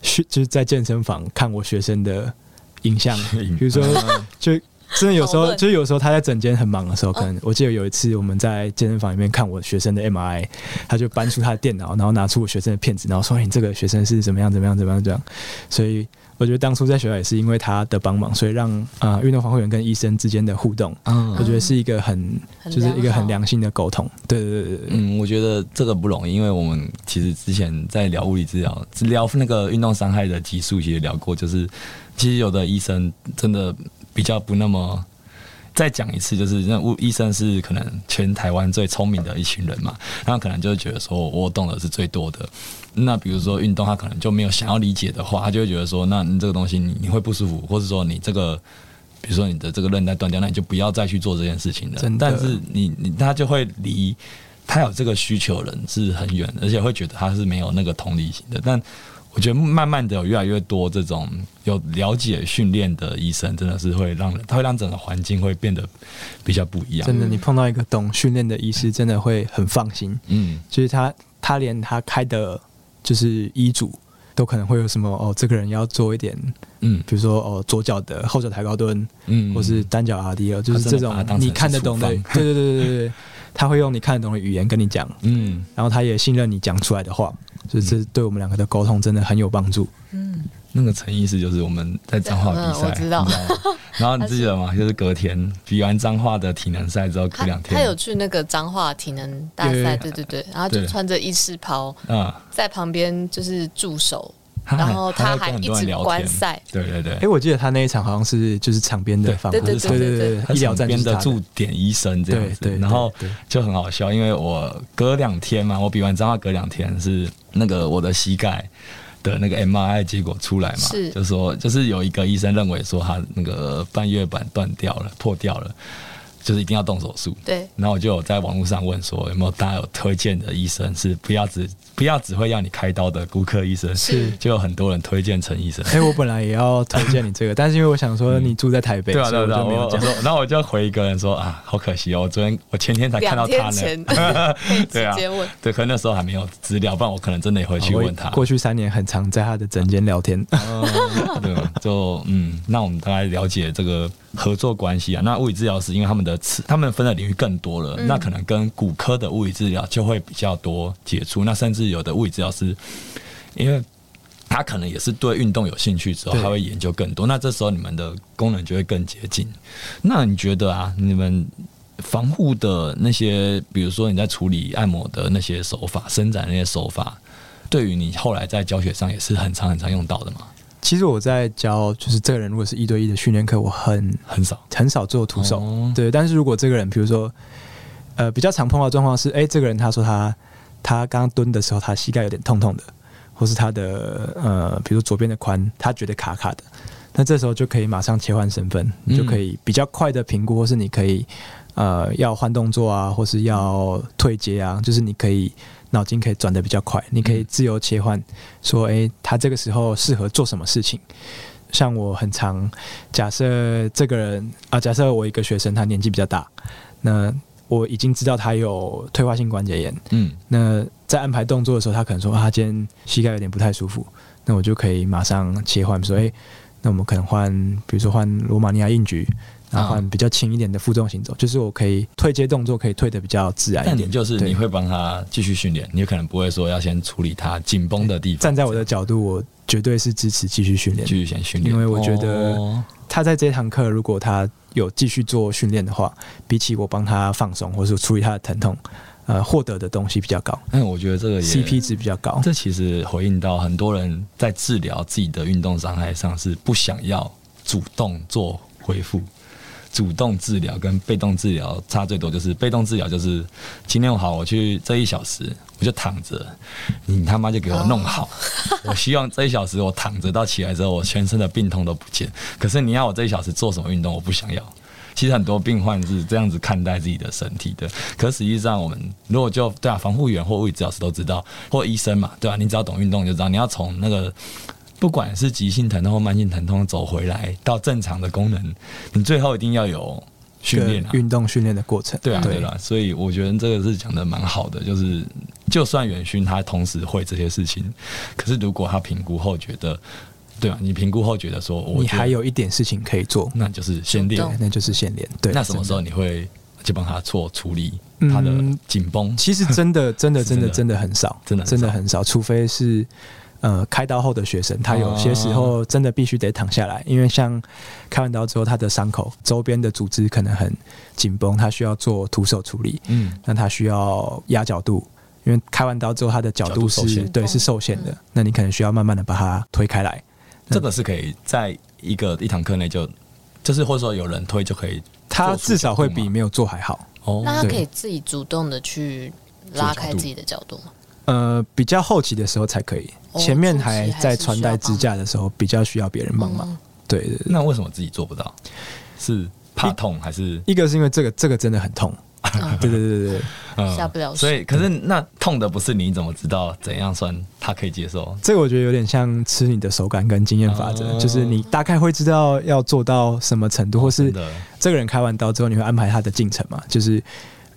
去 (laughs) 就是在健身房看我学生的影像，比如说
嗯
就。真的有时
讨
候，
论
就是有时候他在整间很忙的时候，可能我记得有一次我们在健身房里面看我学生的 MRI，他就搬出他的电脑，然后拿出我学生的片子，然后说：“哎、你这个学生是怎么样怎么样怎么样怎么样。”所以我觉得当初在学校也是因为他的帮忙，所以让啊运、动防护员跟医生之间的互动，我
嗯
觉得是一个很
很
就是一个很
良
良性的沟通。对对对对对，
嗯，我觉得这个不容易，因为我们其实之前在聊物理治疗，聊那个运动伤害的集数，其实聊过，就是其实有的医生真的比较不那么。再讲一次，就是那物医生是可能全台湾最聪明的一群人嘛，那可能就会觉得说我懂的是最多的。那比如说运动，他可能就没有想要理解的话，他就会觉得说，那你这个东西你你会不舒服，或是说你这个，比如说你的这个韧带断掉，那你就不要再去做这件事情了。
真的
但是你你他就会离他有这个需求的人是很远，而且会觉得他是没有那个同理心的。但我觉得慢慢的有越来越多这种有了解训练的医生，真的是会让人，他会让整个环境会变得比较不一样。
真的，你碰到一个懂训练的医师，真的会很放心。
嗯，
就是他他连他开的就是医嘱都可能会有什么哦，这个人要做一点，
嗯
比如说哦左脚的后脚抬高蹲，
嗯，
或是单脚 RDL，、就是这种
他真的把它当成
你看得懂的，
是
对
处方
对对对对对，他会用你看得懂的语言跟你讲，
嗯，
然后他也信任你讲出来的话，所以这对我们两个的沟通真的很有帮助。
那个陈医师就是我们在彰化比赛，
嗯我知道
你
(laughs)
吗。然后你记得吗？就是隔天比完彰化的体能赛之后，隔
他
两
他有
天，
去那个彰化体能大
有有
赛，
有
对对对，然后就
对
穿着意识袍
啊，
在旁边就是助手，
他
然后他
他
还
跟很
一
多
直
人聊
观
天，
赛，
对对对
哎、。我记得他那一场好像是就是场边的
对
防护，
对对对对对
他
医疗站
边
就是
的
他
驻点医生这样子，
对对对
然后
对
就很好笑，因为我隔两天嘛，我比完彰化隔两天是那个我的膝盖的那个 MRI 结果出来嘛，
是
就说就是有一个医生认为说他那个半月板断掉了，破掉了，就是一定要动手术，
对，
然后我就有在网络上问说，有没有大家有推荐的医生是不要只不要只会让你开刀的骨科医生？
是
就有很多人推荐陈医生。
哎、我本来也要推荐你这个，但是因为我想说你住在台北，
对啊，
所以
对啊对啊，
我就没
我
有
我
讲。
说，然后我就回一个人说啊，好可惜哦，我昨天我前天才看
两
到他
天
呢，
前
(laughs)
可以直接问，
对，啊可能那时候还没有资料，不然我可能真的也回去问他
啊我。过去三年很常在他的诊间聊天， (laughs)
嗯 (laughs) 对，就嗯，那我们大概了解这个合作关系啊。那物理治疗师，因为他们的次他们分的领域更多了，那可能跟骨科的物理治疗就会比较多接触。那甚至有的物理治疗师，因为他可能也是对运动有兴趣之后，
对
他会研究更多。那这时候你们的功能就会更接近。那你觉得啊，你们防护的那些，比如说你在处理按摩的那些手法、伸展那些手法，对于你后来在教学上也是很常很常用到的嘛？
其实我在教，就是这个人如果是一对一的训练课，我很
很少。
很少做徒手，
哦
对。但是如果这个人，比如说呃比较常碰到的状况是，哎、这个人他说他他刚刚蹲的时候，他膝盖有点痛痛的，或是他的呃，比如左边的髋，他觉得卡卡的，那这时候就可以马上切换身份，你就可以比较快的评估，或是你可以呃要换动作啊，或是要退阶啊，就是你可以脑筋可以转的比较快，你可以自由切换，说哎、诶他这个时候适合做什么事情。像我很常假设这个人啊，假设我一个学生他年纪比较大，那我已经知道他有退化性关节炎，
嗯
那在安排动作的时候，他可能说啊，他今天膝盖有点不太舒服，那我就可以马上切换，说哎、
嗯
诶那我们可能换，比如说换罗马尼亚硬举，然
啊
后换比较轻一点的负重行走，就是我可以退阶动作可以退的比较自然一
但
点。
你哎就是
对
你会帮他继续训练，你可能不会说要先处理他紧绷的地方，
站在我的角度，我绝对是支持继续训练
继。续先训练，
因为我觉得
哦
他在这堂课如果他有继续做训练的话，比起我帮他放松或是处理他的疼痛，呃，获得的东西比较高
但我觉得这个也哦
，CP 值比较高。
这其实回应到很多人在治疗自己的运动伤害上是不想要主动做恢复，主动治疗跟被动治疗差最多就是被动治疗就是今天我好我去这一小时我就躺着，你他妈就给我弄好， (laughs) 我希望这一小时我躺着到起来之后我全身的病痛都不见，可是你要我这一小时做什么运动我不想要。其实很多病患是这样子看待自己的身体的，可实际上我们如果就对啊，防护员或物理治疗师都知道，或医生嘛，对啊，你只要懂运动就知道，你要从那个不管是急性疼痛或慢性疼痛走回来到正常的功能，你最后一定要有训练啊
跟，运动训练的过程，
对啊，对啦，所以我觉得这个是讲的蛮好的，就是就算远勋他同时会这些事情，可是如果他评估后觉得，对啊，你评估后觉得说，我
你
觉得
还，有一点事情可以做，
那就是先练
主动。
那就是限练。对，
那什么时候
真的？
你会去帮他做处理他的
嗯
紧绷？
其实真的，真
(laughs)
的，
是真
真
的
的，真的很少，
真的很少
真的很少，除非是。呃，开刀后的学生，他有些
哦
时候真的必须得躺下来，因为像开完刀之后，他的伤口周边的组织可能很紧绷，他需要做徒手处理。
嗯，
那他需要压角度，因为开完刀之后他的角
角度
度
受
是
限
对是受限的，那你可能需要慢慢的把它推开来。
这个是可以在一个一堂课内就，就是或者说有人推就可以
他
做出
至少会
角度
比
吗
没有做还好，
哦
那他可
对
以自己主动的去拉开自己的角度吗？
呃，比较后期的时候才可以，
哦
前面
初期还
还
是
在穿戴支
需
架的时候比较需要别人帮忙。
嗯
对对对，
那为什么自己做不到？是怕痛还是
一个是因为这个这个真的很痛，
啊
(laughs) 对对对对对，
嗯
下不了手
所以，可是那痛的不是你怎么知道怎样算他可以接受？
这个我觉得有点像吃你的手感跟经验法则，
哦
就是你大概会知道要做到什么
哦
程度，或是
真的，
这个人开完刀之后，你会安排他的进程嘛？就是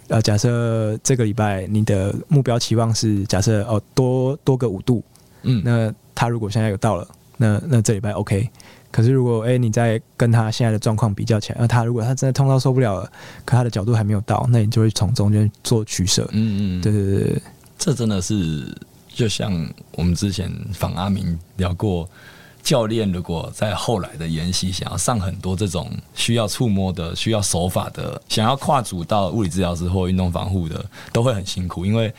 呃，假设这个礼拜你的目标期望是假设哦多多个五度，
嗯，
那他如果现在有到了，那那这礼拜 OK。可是如果哎、你再跟他现在的状况比较起来，那他如果他真的痛到受不了了，可他的角度还没有到，那你就会从中间做取舍。
嗯嗯，
对，对对对，
这真的是就像我们之前访阿明聊过，教练如果在后来的研习想要上很多这种需要触摸的、需要手法的，想要跨组到物理治疗师或运动防护的，都会很辛苦，因为。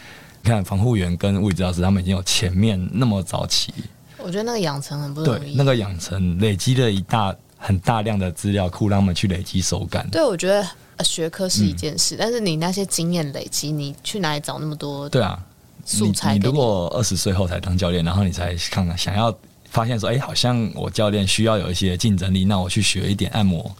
你看，防护员跟物理治疗师他们已经有前面那么早期
我觉得那个养成很不容
对
易。
那个养成，累积了一大很大量的资料库，让他们去累积手感。
对，我觉得呃学科是一件
嗯
事，但是你那些经验累积，你去哪里找那么多
对啊，
素材
你你
给
如
你？
果二十岁后才当教练，然后你才看看想要发现说，哎、好像我教练需要有一些竞争力，那我去学一点按摩，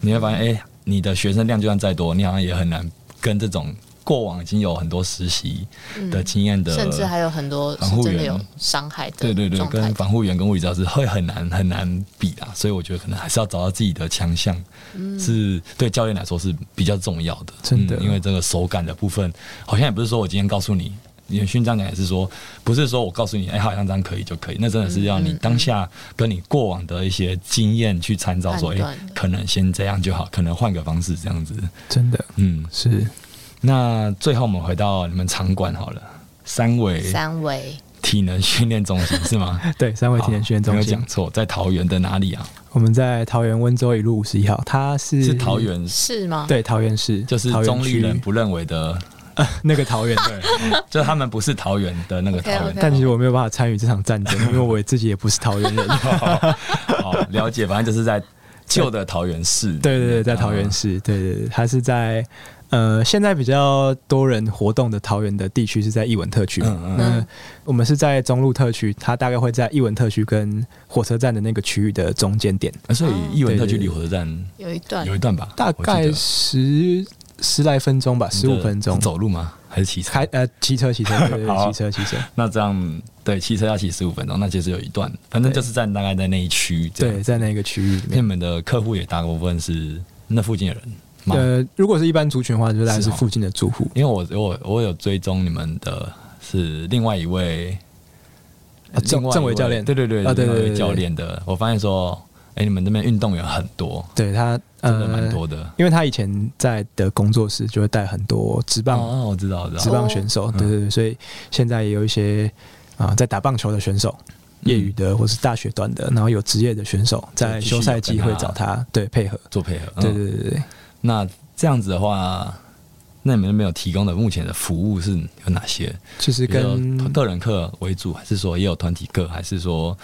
你会发现，哎、你的学生量就算再多，你好像也很难跟这种过往已经有很多实习的经验的、
嗯甚至还有很多
防
是
护
真的
员
有伤害的
对对对，
状态
跟呃防护员跟物理治疗师会很难很难比啦，所以我觉得可能还是要找到自己的强项，
嗯
是对教练来说是比较重要的。嗯
真的
因为这个手感的部分，好像也不是说我今天告诉你，严勋这样讲也是说，不是说我告诉你，哎、好像这样可以就可以，那真的是要你当下跟你过往的一些经验去参照，说，哎、
判断的
可能先这样就好，可能换个方式这样子。
真的
嗯，
是
那最后我们回到你们场馆好了，三维
三维
体能训练中心是吗？
对三位体
好
能训练
没
中
哦有
心
讲，错，在桃园的哪里啊？
我们在桃园温州一路五十一号，它是
是桃园，
是吗？，
对桃园市，
就是
桃园
中立
区
人不认为的，
那个
(laughs)
桃园，对，
就是他们不是桃园的那个桃
OK，OK
园。
但其实我没有办
(laughs)
法参与这场战争，因为我自己也不是桃园人。
哦好，了解，反正就是在旧的桃园市，
对对对，在桃园
啊
市，对对对，它是在呃，现在比较多人活动的桃园的地区是在艺文特区嘛。
嗯嗯
那我们是在中路特区，它大概会在艺文特区跟火车站的那个区域的中间点，
啊，所以艺文特区离火车站
有一段
有一段吧，
大
我
概
记
十十来分钟吧，
得
十五分钟
是。走路吗？还是骑车？
开呃，骑车骑车，对
(laughs)
对
好
对，骑车骑车，
那这样对，骑车要骑十五分钟，那其实有一段，反正就是在大概在那一区这样。嗯
对，在那个区域里
你
面。
们的客户也大部分是那附近的人吗？
呃，如果是一般族群的话，就大概
是
是
哦
附近的住户。
因为我我我有追踪你们的是另外一位
啊郑
另外一位
郑伟教练
对对对，
啊对对
另外一位
对对
教练的，我发现说，哎、你们那边运动员很多，
对他，
真的
呃，
蛮多的。
因为他以前在的工作室就会带很多职棒
哦，哦我知道，我知
职
道，
棒选
嗯
手，对对对，所以现在也有一些啊、在打棒球的选手，
嗯
业余的或是大学段的，然后有职业的选手在休赛季会找他对配合，
做配合。嗯
对对对对，
那这样子的话，那你们那边有提供的目前的服务是有哪些？
就是
比如说
跟
个人课为主，还是说也有团体课，还是说？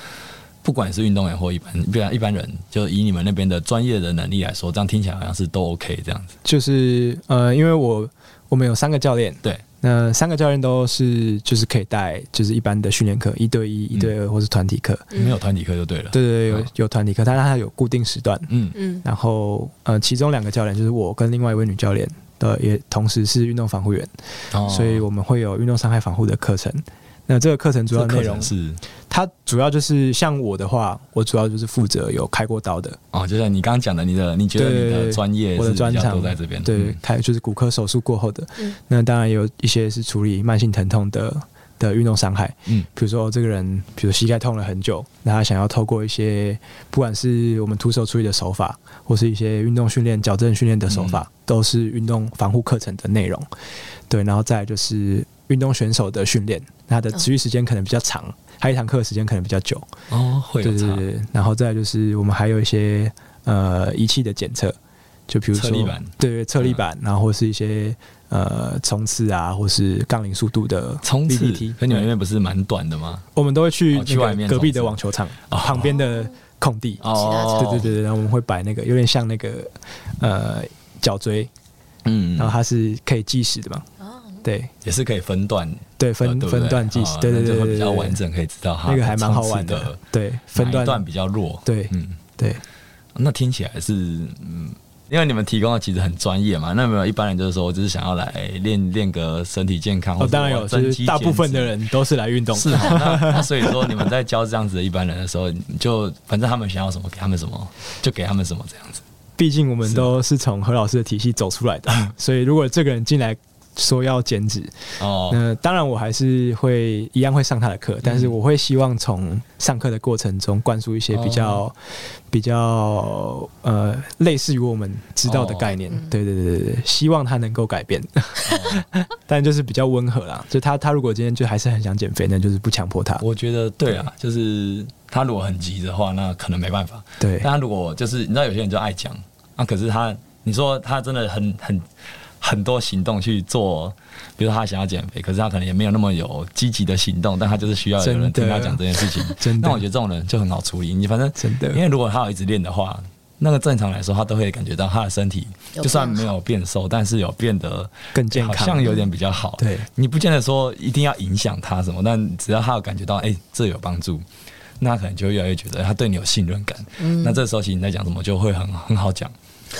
不管是运动员或一般，不然一般人，就以你们那边的专业的能力来说，这样听起来好像是都 OK 这样子。
就是呃，因为我我们有三个教练，
对，
那三个教练都是就是可以带就是一般的训练课，一对一、一对二或是团体课，
嗯
没有团体课就对了。
对对对，
嗯
有有团体课，但是他有固定时段，
嗯，
嗯
然后呃，其中两个教练就是我跟另外一位女教练。呃，也同时是运动防护员，
哦
所以我们会有运动伤害防护的课程。那这个课程主
这
要
个
内
课
容
程，是
它主要就是像我的话，我主要就是负责有开过刀的，
哦，就像你刚刚讲的，你的你觉得你
对对
的
对
专业
我
是
的
比较
专
多
长
在这边，
对
嗯，
开就是骨科手术过后的。
嗯
那当然也有一些是处理慢性疼痛的的运动伤害，
嗯
比如说、哦这个人，比如膝盖痛了很久，那他想要透过一些不管是我们徒手处理的手法，或是一些运动训练、矫正训练的手法，
嗯
都是运动防护课程的内容。对，然后再来就是运动选手的训练，他的持续时间可能比较长，他一堂课的时间可能比较久。
哦，会
对
有
对
差，
对，然后再来就是我们还有一些呃仪器的检测，就比如说
侧立板嗯
对对侧立板，然后或是一些呃冲刺啊，或是杠铃速度的
冲刺，
VPT
可你们那边不是蛮短的吗？
我们都会去
哦去
那个
外面
隔壁
冲
的
刺
网球场
哦
旁边的空地，
哦，
对对对，对，然后我们会摆那个有点像那个呃脚椎，
嗯，
然后它是可以计时的嘛，
哦
对
也是可以分段，
对
呃
分
对不对
分段计时
哦，
对对
那
对
就
对
会
对，
比较
对
完，整，可以知道它
那个还蛮好
冲刺
玩
的
的，，对分
哪一
段
段比较弱，
对
嗯，
对。
那听起来是嗯。因为你们提供的其实很专业嘛，那有没有一般人就是说，我只是想要来练练个身体健康，或
哦，
者
当然
我
有，
增
就是
肌
大部
减
分
脂
的人都是来运动，
是啊哈， (laughs) 那那所以说你们在教这样子的一般人的时候，你就反正他们想要什么给他们什么，就给他们什么这样子。
毕竟我
啊
们都是从何老师的体系走出来的，
嗯
所以如果这个人进来说要减脂，
哦，嗯
那当然我还是会一样会上他的课，但是我会希望从上课的过程中灌输一些比较、
哦
比较呃类似于我们知道的概
哦
念，对对对对对，希望他能够改变，
哦
(laughs) 但就是比较温和啦。就他他如果今天就还是很想减肥，那就是不强迫他。
我觉得对啊，就是他如果很急的话，那可能没办法。
对
但他如果就是你知道有些人就爱讲，啊，可是他你说他真的很很很多行动去做，比如说他想要减肥，可是他可能也没有那么有积极的行动，但他就是需要有人
真的
听他讲这件事情。
(laughs) 真的
那我觉得这种人就很好处理，你反正
真的
因为如果他有一直练的话。那个正常来说，他都会感觉到他的身体
有
就算
变
没有变瘦，但是有变得
更健康
好像有点比较好。
对
你不见得说一定要影响他什么，但只要他有感觉到，哎、这有帮助，那他可能就会越来越觉得他对你有信任感。
嗯
那这时候其实你在讲什么就会很很好讲，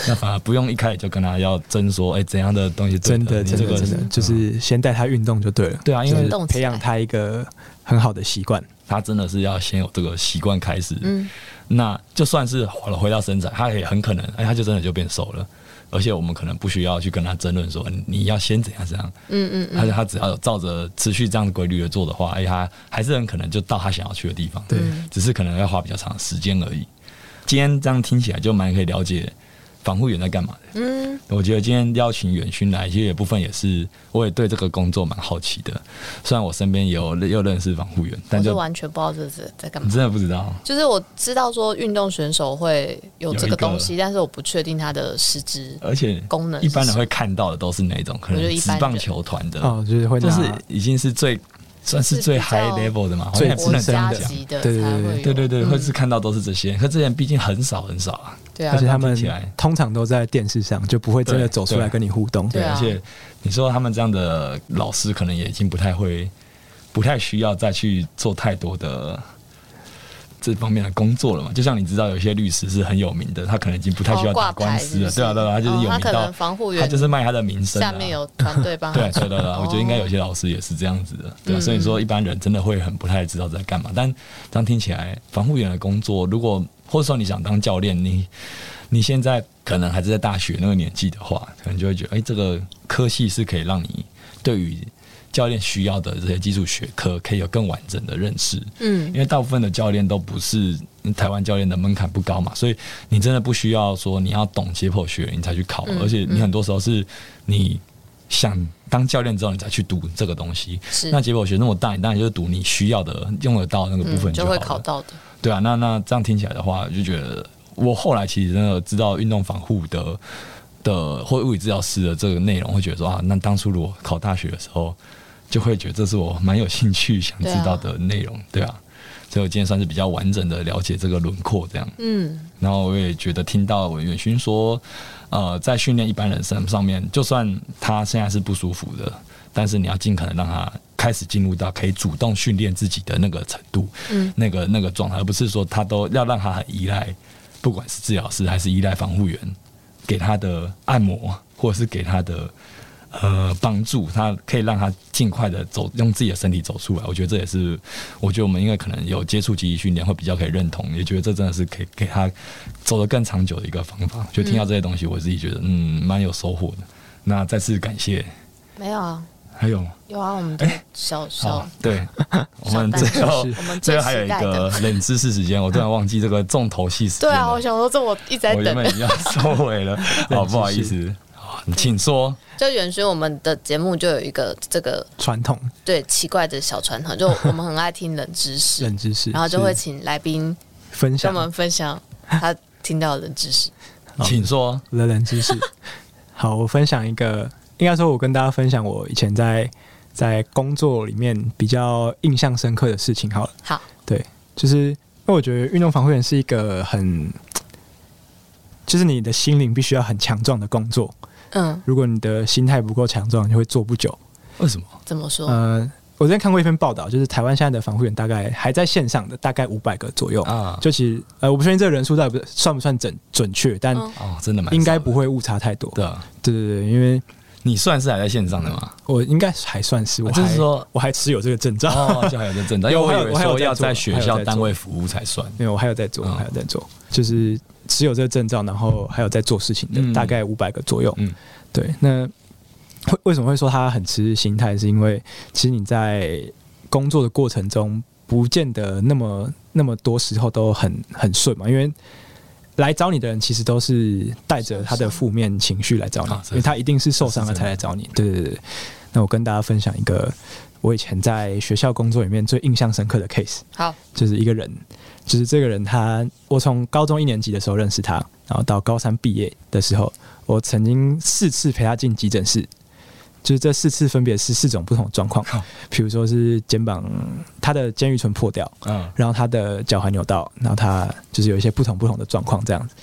那反而不用一开始就跟他要争说，哎、怎样的东西对
真的，
你
真
这
的，
个嗯
真的，就是先带他运动就对了。
对啊，因
就
为
是
动起
培
来
养他一个很好的习惯。
他真的是要先有这个习惯开始。
嗯
那就算是回回到身材，他也很可能，哎，他就真的就变瘦了。而且我们可能不需要去跟他争论说你要先怎样怎样，
嗯嗯
而且他只要有照着持续这样的规律的做的话，哎，他还是很可能就到他想要去的地方。
对
只是可能要花比较长的时间而已。今天这样听起来就蛮可以了解防护员在干嘛的。
嗯
我觉得今天邀请远勋来，其实有部分也是我也对这个工作蛮好奇的。虽然我身边也有也有认识防护员，但
我是
就嗯
完全不知道这是在干
你
嘛。
真的不知道。
就是我知道说运动选手会有这
有一个
个东西，但是我不确定它的实质。
而且
功能
一
是
般人会看到的都是那种可
我觉
能
得一
职
般人
棒球团的，
哦，就是会
嗯
拿
就是已经是最算是最
是比较
high level 的嘛，
最
好像也不能
国
这样
家
讲。
级的才
对对对
会有，
对对对，会是看到都是这些，可之前毕竟很少很少啊。
对啊
而且他
那
们
听起来
通常都在电视上，就不会真
对
的走出来
对
跟你互动。
对啊
而且你说他们这样的老师，可能也已经不太会，不太需要再去做太多的这方面的工作了嘛。就像你知道，有些律师是很有名的，他可能已经不太需要
哦挂
打官
牌
司
是不
了，
是
对啊，对啊，他就是有
哦他
名
可
到
能防护
他
员
就是卖他的名声、啊。
下面有团队帮他
对对对对，我觉得应该有些老师也是这样子的，对啊、所以说一般人真的会很不太知道在干嘛。但这样听起来，防护员的工作，如果或者说你想当教练，你你现在可能还是在大学那个年纪的话，可能就会觉得，哎、这个科系是可以让你对于教练需要的这些基础学科，可以有更完整的认识。
嗯
因为大部分的教练都不是嗯台湾教练的门槛不高嘛，所以你真的不需要说你要懂解剖学你才去考，
嗯
而且你很多时候是你想当教练之后你才去读这个东西。
是
那解剖学那么大，你当然就是读你需要的、用得到的那个部分
嗯就
好
会
了。
考到的，
对啊，那那这样听起来的话，就觉得我后来其实真的知道运动防护的的或物理治疗师的这个内容，会觉得说啊，那当初如果考大学的时候，就会觉得这是我蛮有兴趣想知道的内容，对啊。所以我今天算是比较完整的了解这个轮廓，这样。
嗯，
然后我也觉得听到远勋说，呃，在训练一般人身上面，就算他现在是不舒服的，但是你要尽可能让他开始进入到可以主动训练自己的那个程度，
嗯
那个那个状态，而不是说他都要让他很依赖，不管是治疗师还是依赖防护员给他的按摩，或者是给他的。呃，帮助他可以让他尽快的走，用自己的身体走出来。我觉得这也是，我觉得我们因为可能有接触记忆训练，会比较可以认同，也觉得这真的是可以给他走得更长久的一个方
嗯
法。就听到这些东西，我自己觉得嗯，蛮有收获的。那再次感谢，
没有啊，
还有吗
有啊，我们的小小
哎好，对，我们
嗯小
最后
单曲我们最
最后还有一
期待的
个冷知识时间，我突然忘记这个重头戏时间
对
了。
啊，我想说这我一直在
我原
等
本，已经要收尾
(laughs)
了，好不好意思，好请说。
就原先我们的节目就有一个这个
传统
对奇怪的小
(laughs)
传统，就我们很爱听冷知识
冷，知识，
然后就会
是
请来宾
分
跟
享
我们分享他听到的冷知识。
好
请说，
我的冷
(laughs)
知识。好，我分享一个，应该说，我跟大家分享我以前在在工作里面比较印象深刻的事情。好了，
好，
对，就是因为我觉得运动防护员是一个很，就是你的心灵必须要很强壮的工作。
嗯，
如果你的心态不够强壮，你就会做不久。
为什么？
怎么
嗯
说？
呃，我之前看过一篇报道，就是台湾现在的防护员大概还在线上的大概五百个左右
啊
就其实呃，我不确定这个人数到底不算不算准准确，但
嗯
哦，真的蛮
应该
少的
不会误差太多。
对啊。
对对对，因为
你算是还在线上的吗？
我应该还算是，
嗯
我
啊就
还、
是 (laughs) 说
我还持有这个证照，
哦，
(laughs)
就还有这证照，因为
有
我以为
我还
说
有
要
我还有在做
在学校单位服务才算。
因为我还有在做，
嗯
我还有在做，就是持有这个证照，然后还有在做事情的，
嗯
大概五百个左右。
嗯
对，那会为什么会说他很持心态？是因为其实你在工作的过程中，不见得那么那么多时候都很很顺嘛，因为。来找你的人其实都是带着他的负面情绪来找你
啊，是
因为他一定是受伤了
是是
才来找你。对对对对，那我跟大家分享一个我以前在学校工作里面最印象深刻的 case。
好，
就是一个人，就是这个人他，我从高中一年级的时候认识他，然后到高三毕业的时候，我曾经四次陪他进急诊室，就是这四次分别是四种不同的状况
好，
比如说是肩膀他的肩盂唇破掉，
嗯，
然后他的脚踝扭到，然后他就是有一些不同不同的状况这样子。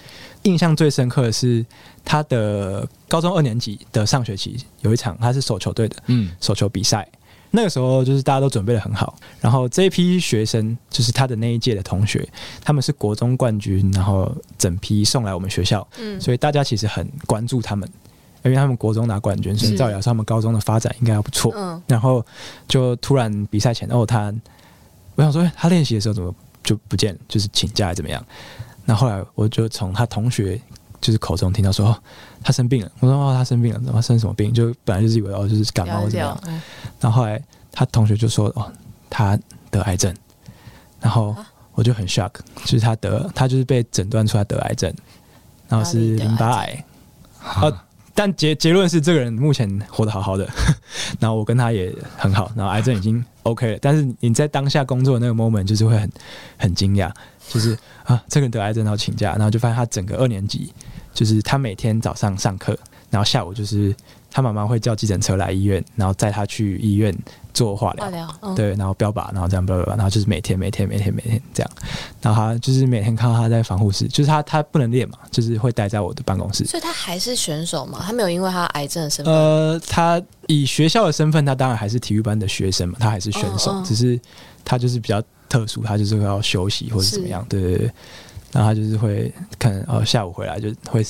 印象最深刻的是他的高中二年级的上学期有一场他是手球队的，
嗯，
手球比赛。那个时候就是大家都准备的很好，然后这一批学生就是他的那一届的同学，他们是国中冠军，然后整批送来我们学校，
嗯，
所以大家其实很关注他们，因为他们国中拿冠军，所以
是
照理来说他们高中的发展应该要不错。
嗯，
然后就突然比赛前，哦，他我想说哎他练习的时候怎么就不见了，就是请假还怎么样？那后来我就从他同学就是口中听到说、哦、他生病了，我说哦他生病了，他生什么病？就本来就是以为哦就是感冒
聊
或
一
怎么样
聊，，嗯
然后后来他同学就说：“哦，他得癌症。”然后
啊
我就很 shock，就是他得，他就是被诊断出来得癌症，然后是
哪里得
淋巴
癌
癌。啊，但结结论是这个人目前活得好好的， (laughs) 然后我跟他也很好，然后癌症已经 OK 了。但是你在当下工作的那个 moment 就是会很很惊讶，就是啊，这个人得癌症，然后请假，然后就发现他整个二年级，就是他每天早上上课，然后下午就是他妈妈会叫计程车来医院，然后载他去医院做化疗
化，疗，嗯，
对，然后标靶，然后这样标标，然后就是每天每天每天每天这样，然后他就是每天看到他在防护室，就是他他不能练嘛，就是会待在我的办公
嗯
室。
所以他还是选手嘛，他没有因为他癌症的身份，
呃，他以学校的身份，他当然还是体育班的学生嘛，他还是选手，
嗯嗯
只是他就是比较特殊，他就是会要休息或者怎么
嗯
样，对对对。然后他就是会可能呃下午回来就会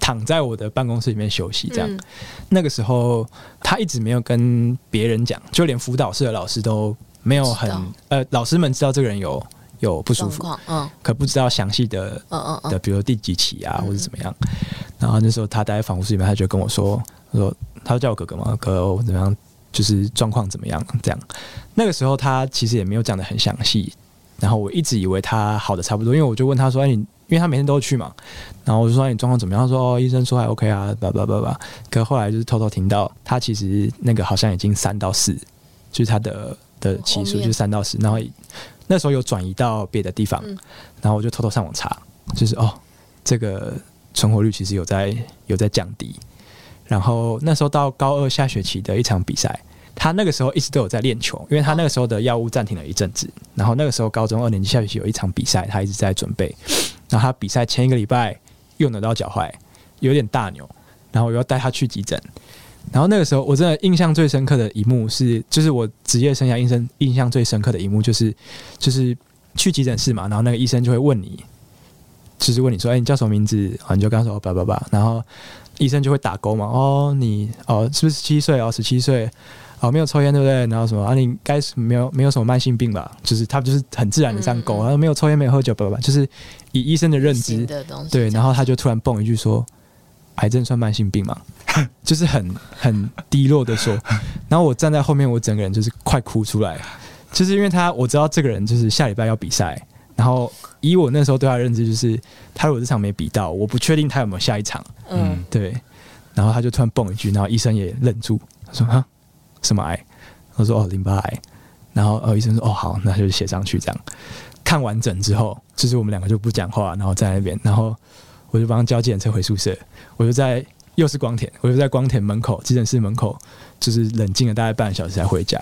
躺在我的办公室里面休息这样。
嗯
那个时候他一直没有跟别人讲，就连辅导室的老师都没有很
知道
呃，老师们知道这个人有有不舒
状
服，
况，嗯
可不知道详细的
嗯嗯
的，
嗯，
比如说第几期啊，
嗯
或者怎么样。然后那时候他待在防护室里面，他就跟我说，他说他就叫我哥哥嘛，哥我怎么样，就是状况怎么样这样。那个时候他其实也没有讲的很详细，然后我一直以为他好的差不多，因为我就问他说，哎你，因为他每天都去嘛，然后我就说哎你状况怎么样？他说哦，医生说还 OK 啊，叭叭叭叭。可后来就是偷偷听到他其实那个好像已经三到四，就是他的的期数
后面
就是三到四，然后那时候有转移到别的地方，
嗯
然后我就偷偷上网查，就是哦，这个存活率其实有在有在降低。然后那时候到高二下学期的一场比赛，他那个时候一直都有在练球，因为他那个时候的药物暂停了一阵子。然后那个时候高中二年级下学期有一场比赛，他一直在准备。然后他比赛前一个礼拜又扭到脚踝，有点大扭，然后我又带他去急诊。然后那个时候，我真的印象最深刻的一幕是，就是我职业生涯印象印象最深刻的一幕，就是就是去急诊室嘛，然后那个医生就会问你，就是问你说，哎、你叫什么名字？啊，你就跟他说，哦，叭叭叭，然后医生就会打勾嘛，哦，你哦，是不是十七岁？哦，十七岁，哦，没有抽烟，对不对？然后什么啊，你该是没有没有什么慢性病吧？就是他就是很自然的这样勾，
嗯嗯
然后没有抽烟，没有喝酒，叭叭叭，就是以医生的认知
新，的东西，
对，然
后
后他就突然蹦一句说：“癌症算慢性病吗？” (laughs) 就是很很低落的说。然后我站在后面，我整个人就是快哭出来，就是因为他我知道这个人就是下礼拜要比赛，然后以我那时候对他的认知，就是他如果这场没比到，我不确定他有没有下一场。
嗯，
对，然后他就突然蹦一句，然后医生也愣住，他说：“啊，什么癌？”我说：“哦，淋巴癌。”然后呃，医生说：“哦，好，那就写上去。”这样看完整之后，就是我们两个就不讲话，然后在那边，然后我就帮他叫计程车回宿舍，我就在又是光田，我就在光田门口急诊室门口，就是冷静了大概半个小时才回家。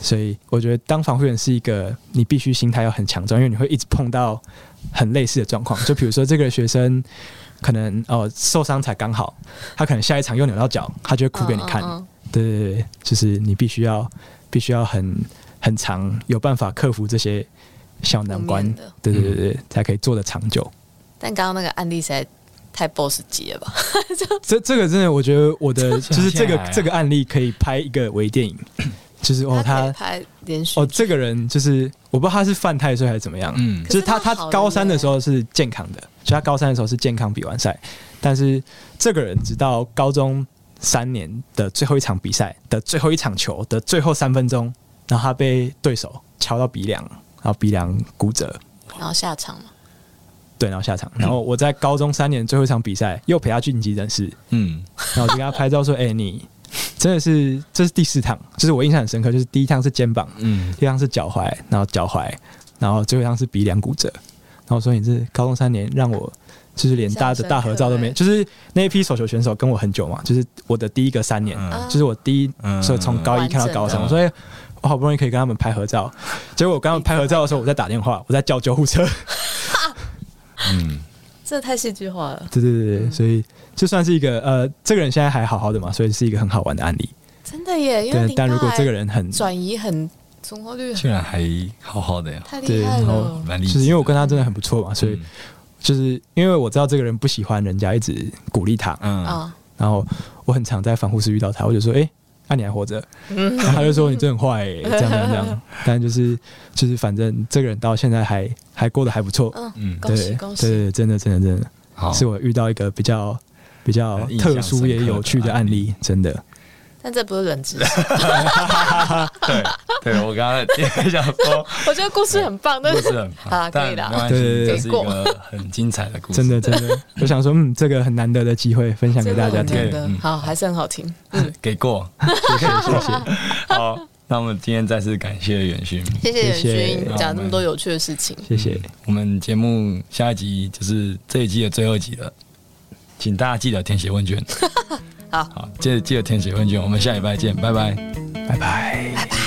所以我觉得当防护员是一个你必须心态要很强壮，因为你会一直碰到很类似的状况。就比如说这个学生可能哦受伤才刚好，他可能下一场又扭到脚，他就会哭给你看。
嗯嗯
对对对对，就是你必须要必须要很很长，有办法克服这些小难
负
关
面的，
对对对对，才可以做得长久。
但刚刚那个案例实在太 boss 级了吧？
这这个真的，我觉得我的就是
这
这
样下来
个
啊
这个案例可以拍一个微电影，就是哦
可以
他
拍连续
哦这个人就是我不知道他是犯太岁还是怎么样，
嗯
就是
可
他
是他
他
好了
高三的时候是健康的，就他高三的时候是健康比完赛，但是这个人直到高中三年的最后一场比赛的最后一场球的最后三分钟，然后他被对手敲到鼻梁，然后鼻梁骨折，
然后下场嘛，
对，然后下场，然后我在高中三年最后一场比赛又陪他去急诊室，
嗯，
然后我就跟他拍照说：“哎、你真的是这是第四趟，就是我印象很深刻，就是第一趟是肩膀，
嗯，
第二趟是脚踝，然后脚踝，然后最后一趟是鼻梁骨折。然后我说你这高中三年让我就是连大的大合照都没，
印象很
就是那一批手球选手跟我很久嘛，就是我的第一个三年，
嗯
就是我第一
嗯
所以从高一看到高
完整
三，
的
我说。哎我好不容易可以跟他们拍合照，结果我跟他们拍合照的时候，我在打电话，我在叫救护车。
嗯
这太戏剧化了，
(laughs) 对对对对，所以这算是一个呃，这个人现在还好好的嘛，所以是一个很好玩的案例。
真的耶！因为
对
淋，巴
但如果这个
癌
人很
转移很存活率很
居然还好好的呀，
太
对
厉害
然后
了，
蛮厉
就是因为我跟他真的很不错嘛，所以
嗯
就是因为我知道这个人不喜欢人家一直鼓励他，
嗯，
啊，
然后我很常在防护室遇到他，我就说：“哎、那、你还活着？”
嗯
然后他就说：“你真的很坏、欸，这样这样这样。”
(laughs)
但就是就是反正这个人到现在还还过得还不错，
嗯
嗯，
恭
对
喜
对
恭喜！
对，真的真的真的，
好，
是我遇到一个比较比较
哦很印象
特殊也有趣的案例，真的。
嗯
但这不是冷知识，
(laughs) 对，对我刚刚也想说，
我觉得故事很棒，但
故
是
事 (laughs) 很
好
棒
啦，可以啦
但没关系，
对
这是一个很精彩的 (laughs) 故事，
真的真的，我想说，嗯，这个很难得的机会分享给大家
真的
听
很。难得
嗯
好，还是很好听。
给过，
谢谢谢谢。
(laughs) 好，那我们今天再次感谢元勋，
谢谢
谢谢
元勋讲那么多有趣的事情。
谢谢，
我们节目下一集就是这一季的最后一集了，请大家记得填写
(laughs)
问卷。
好
好，记得记得填写问卷，我们下礼拜见，拜拜。
拜
拜拜。
拜。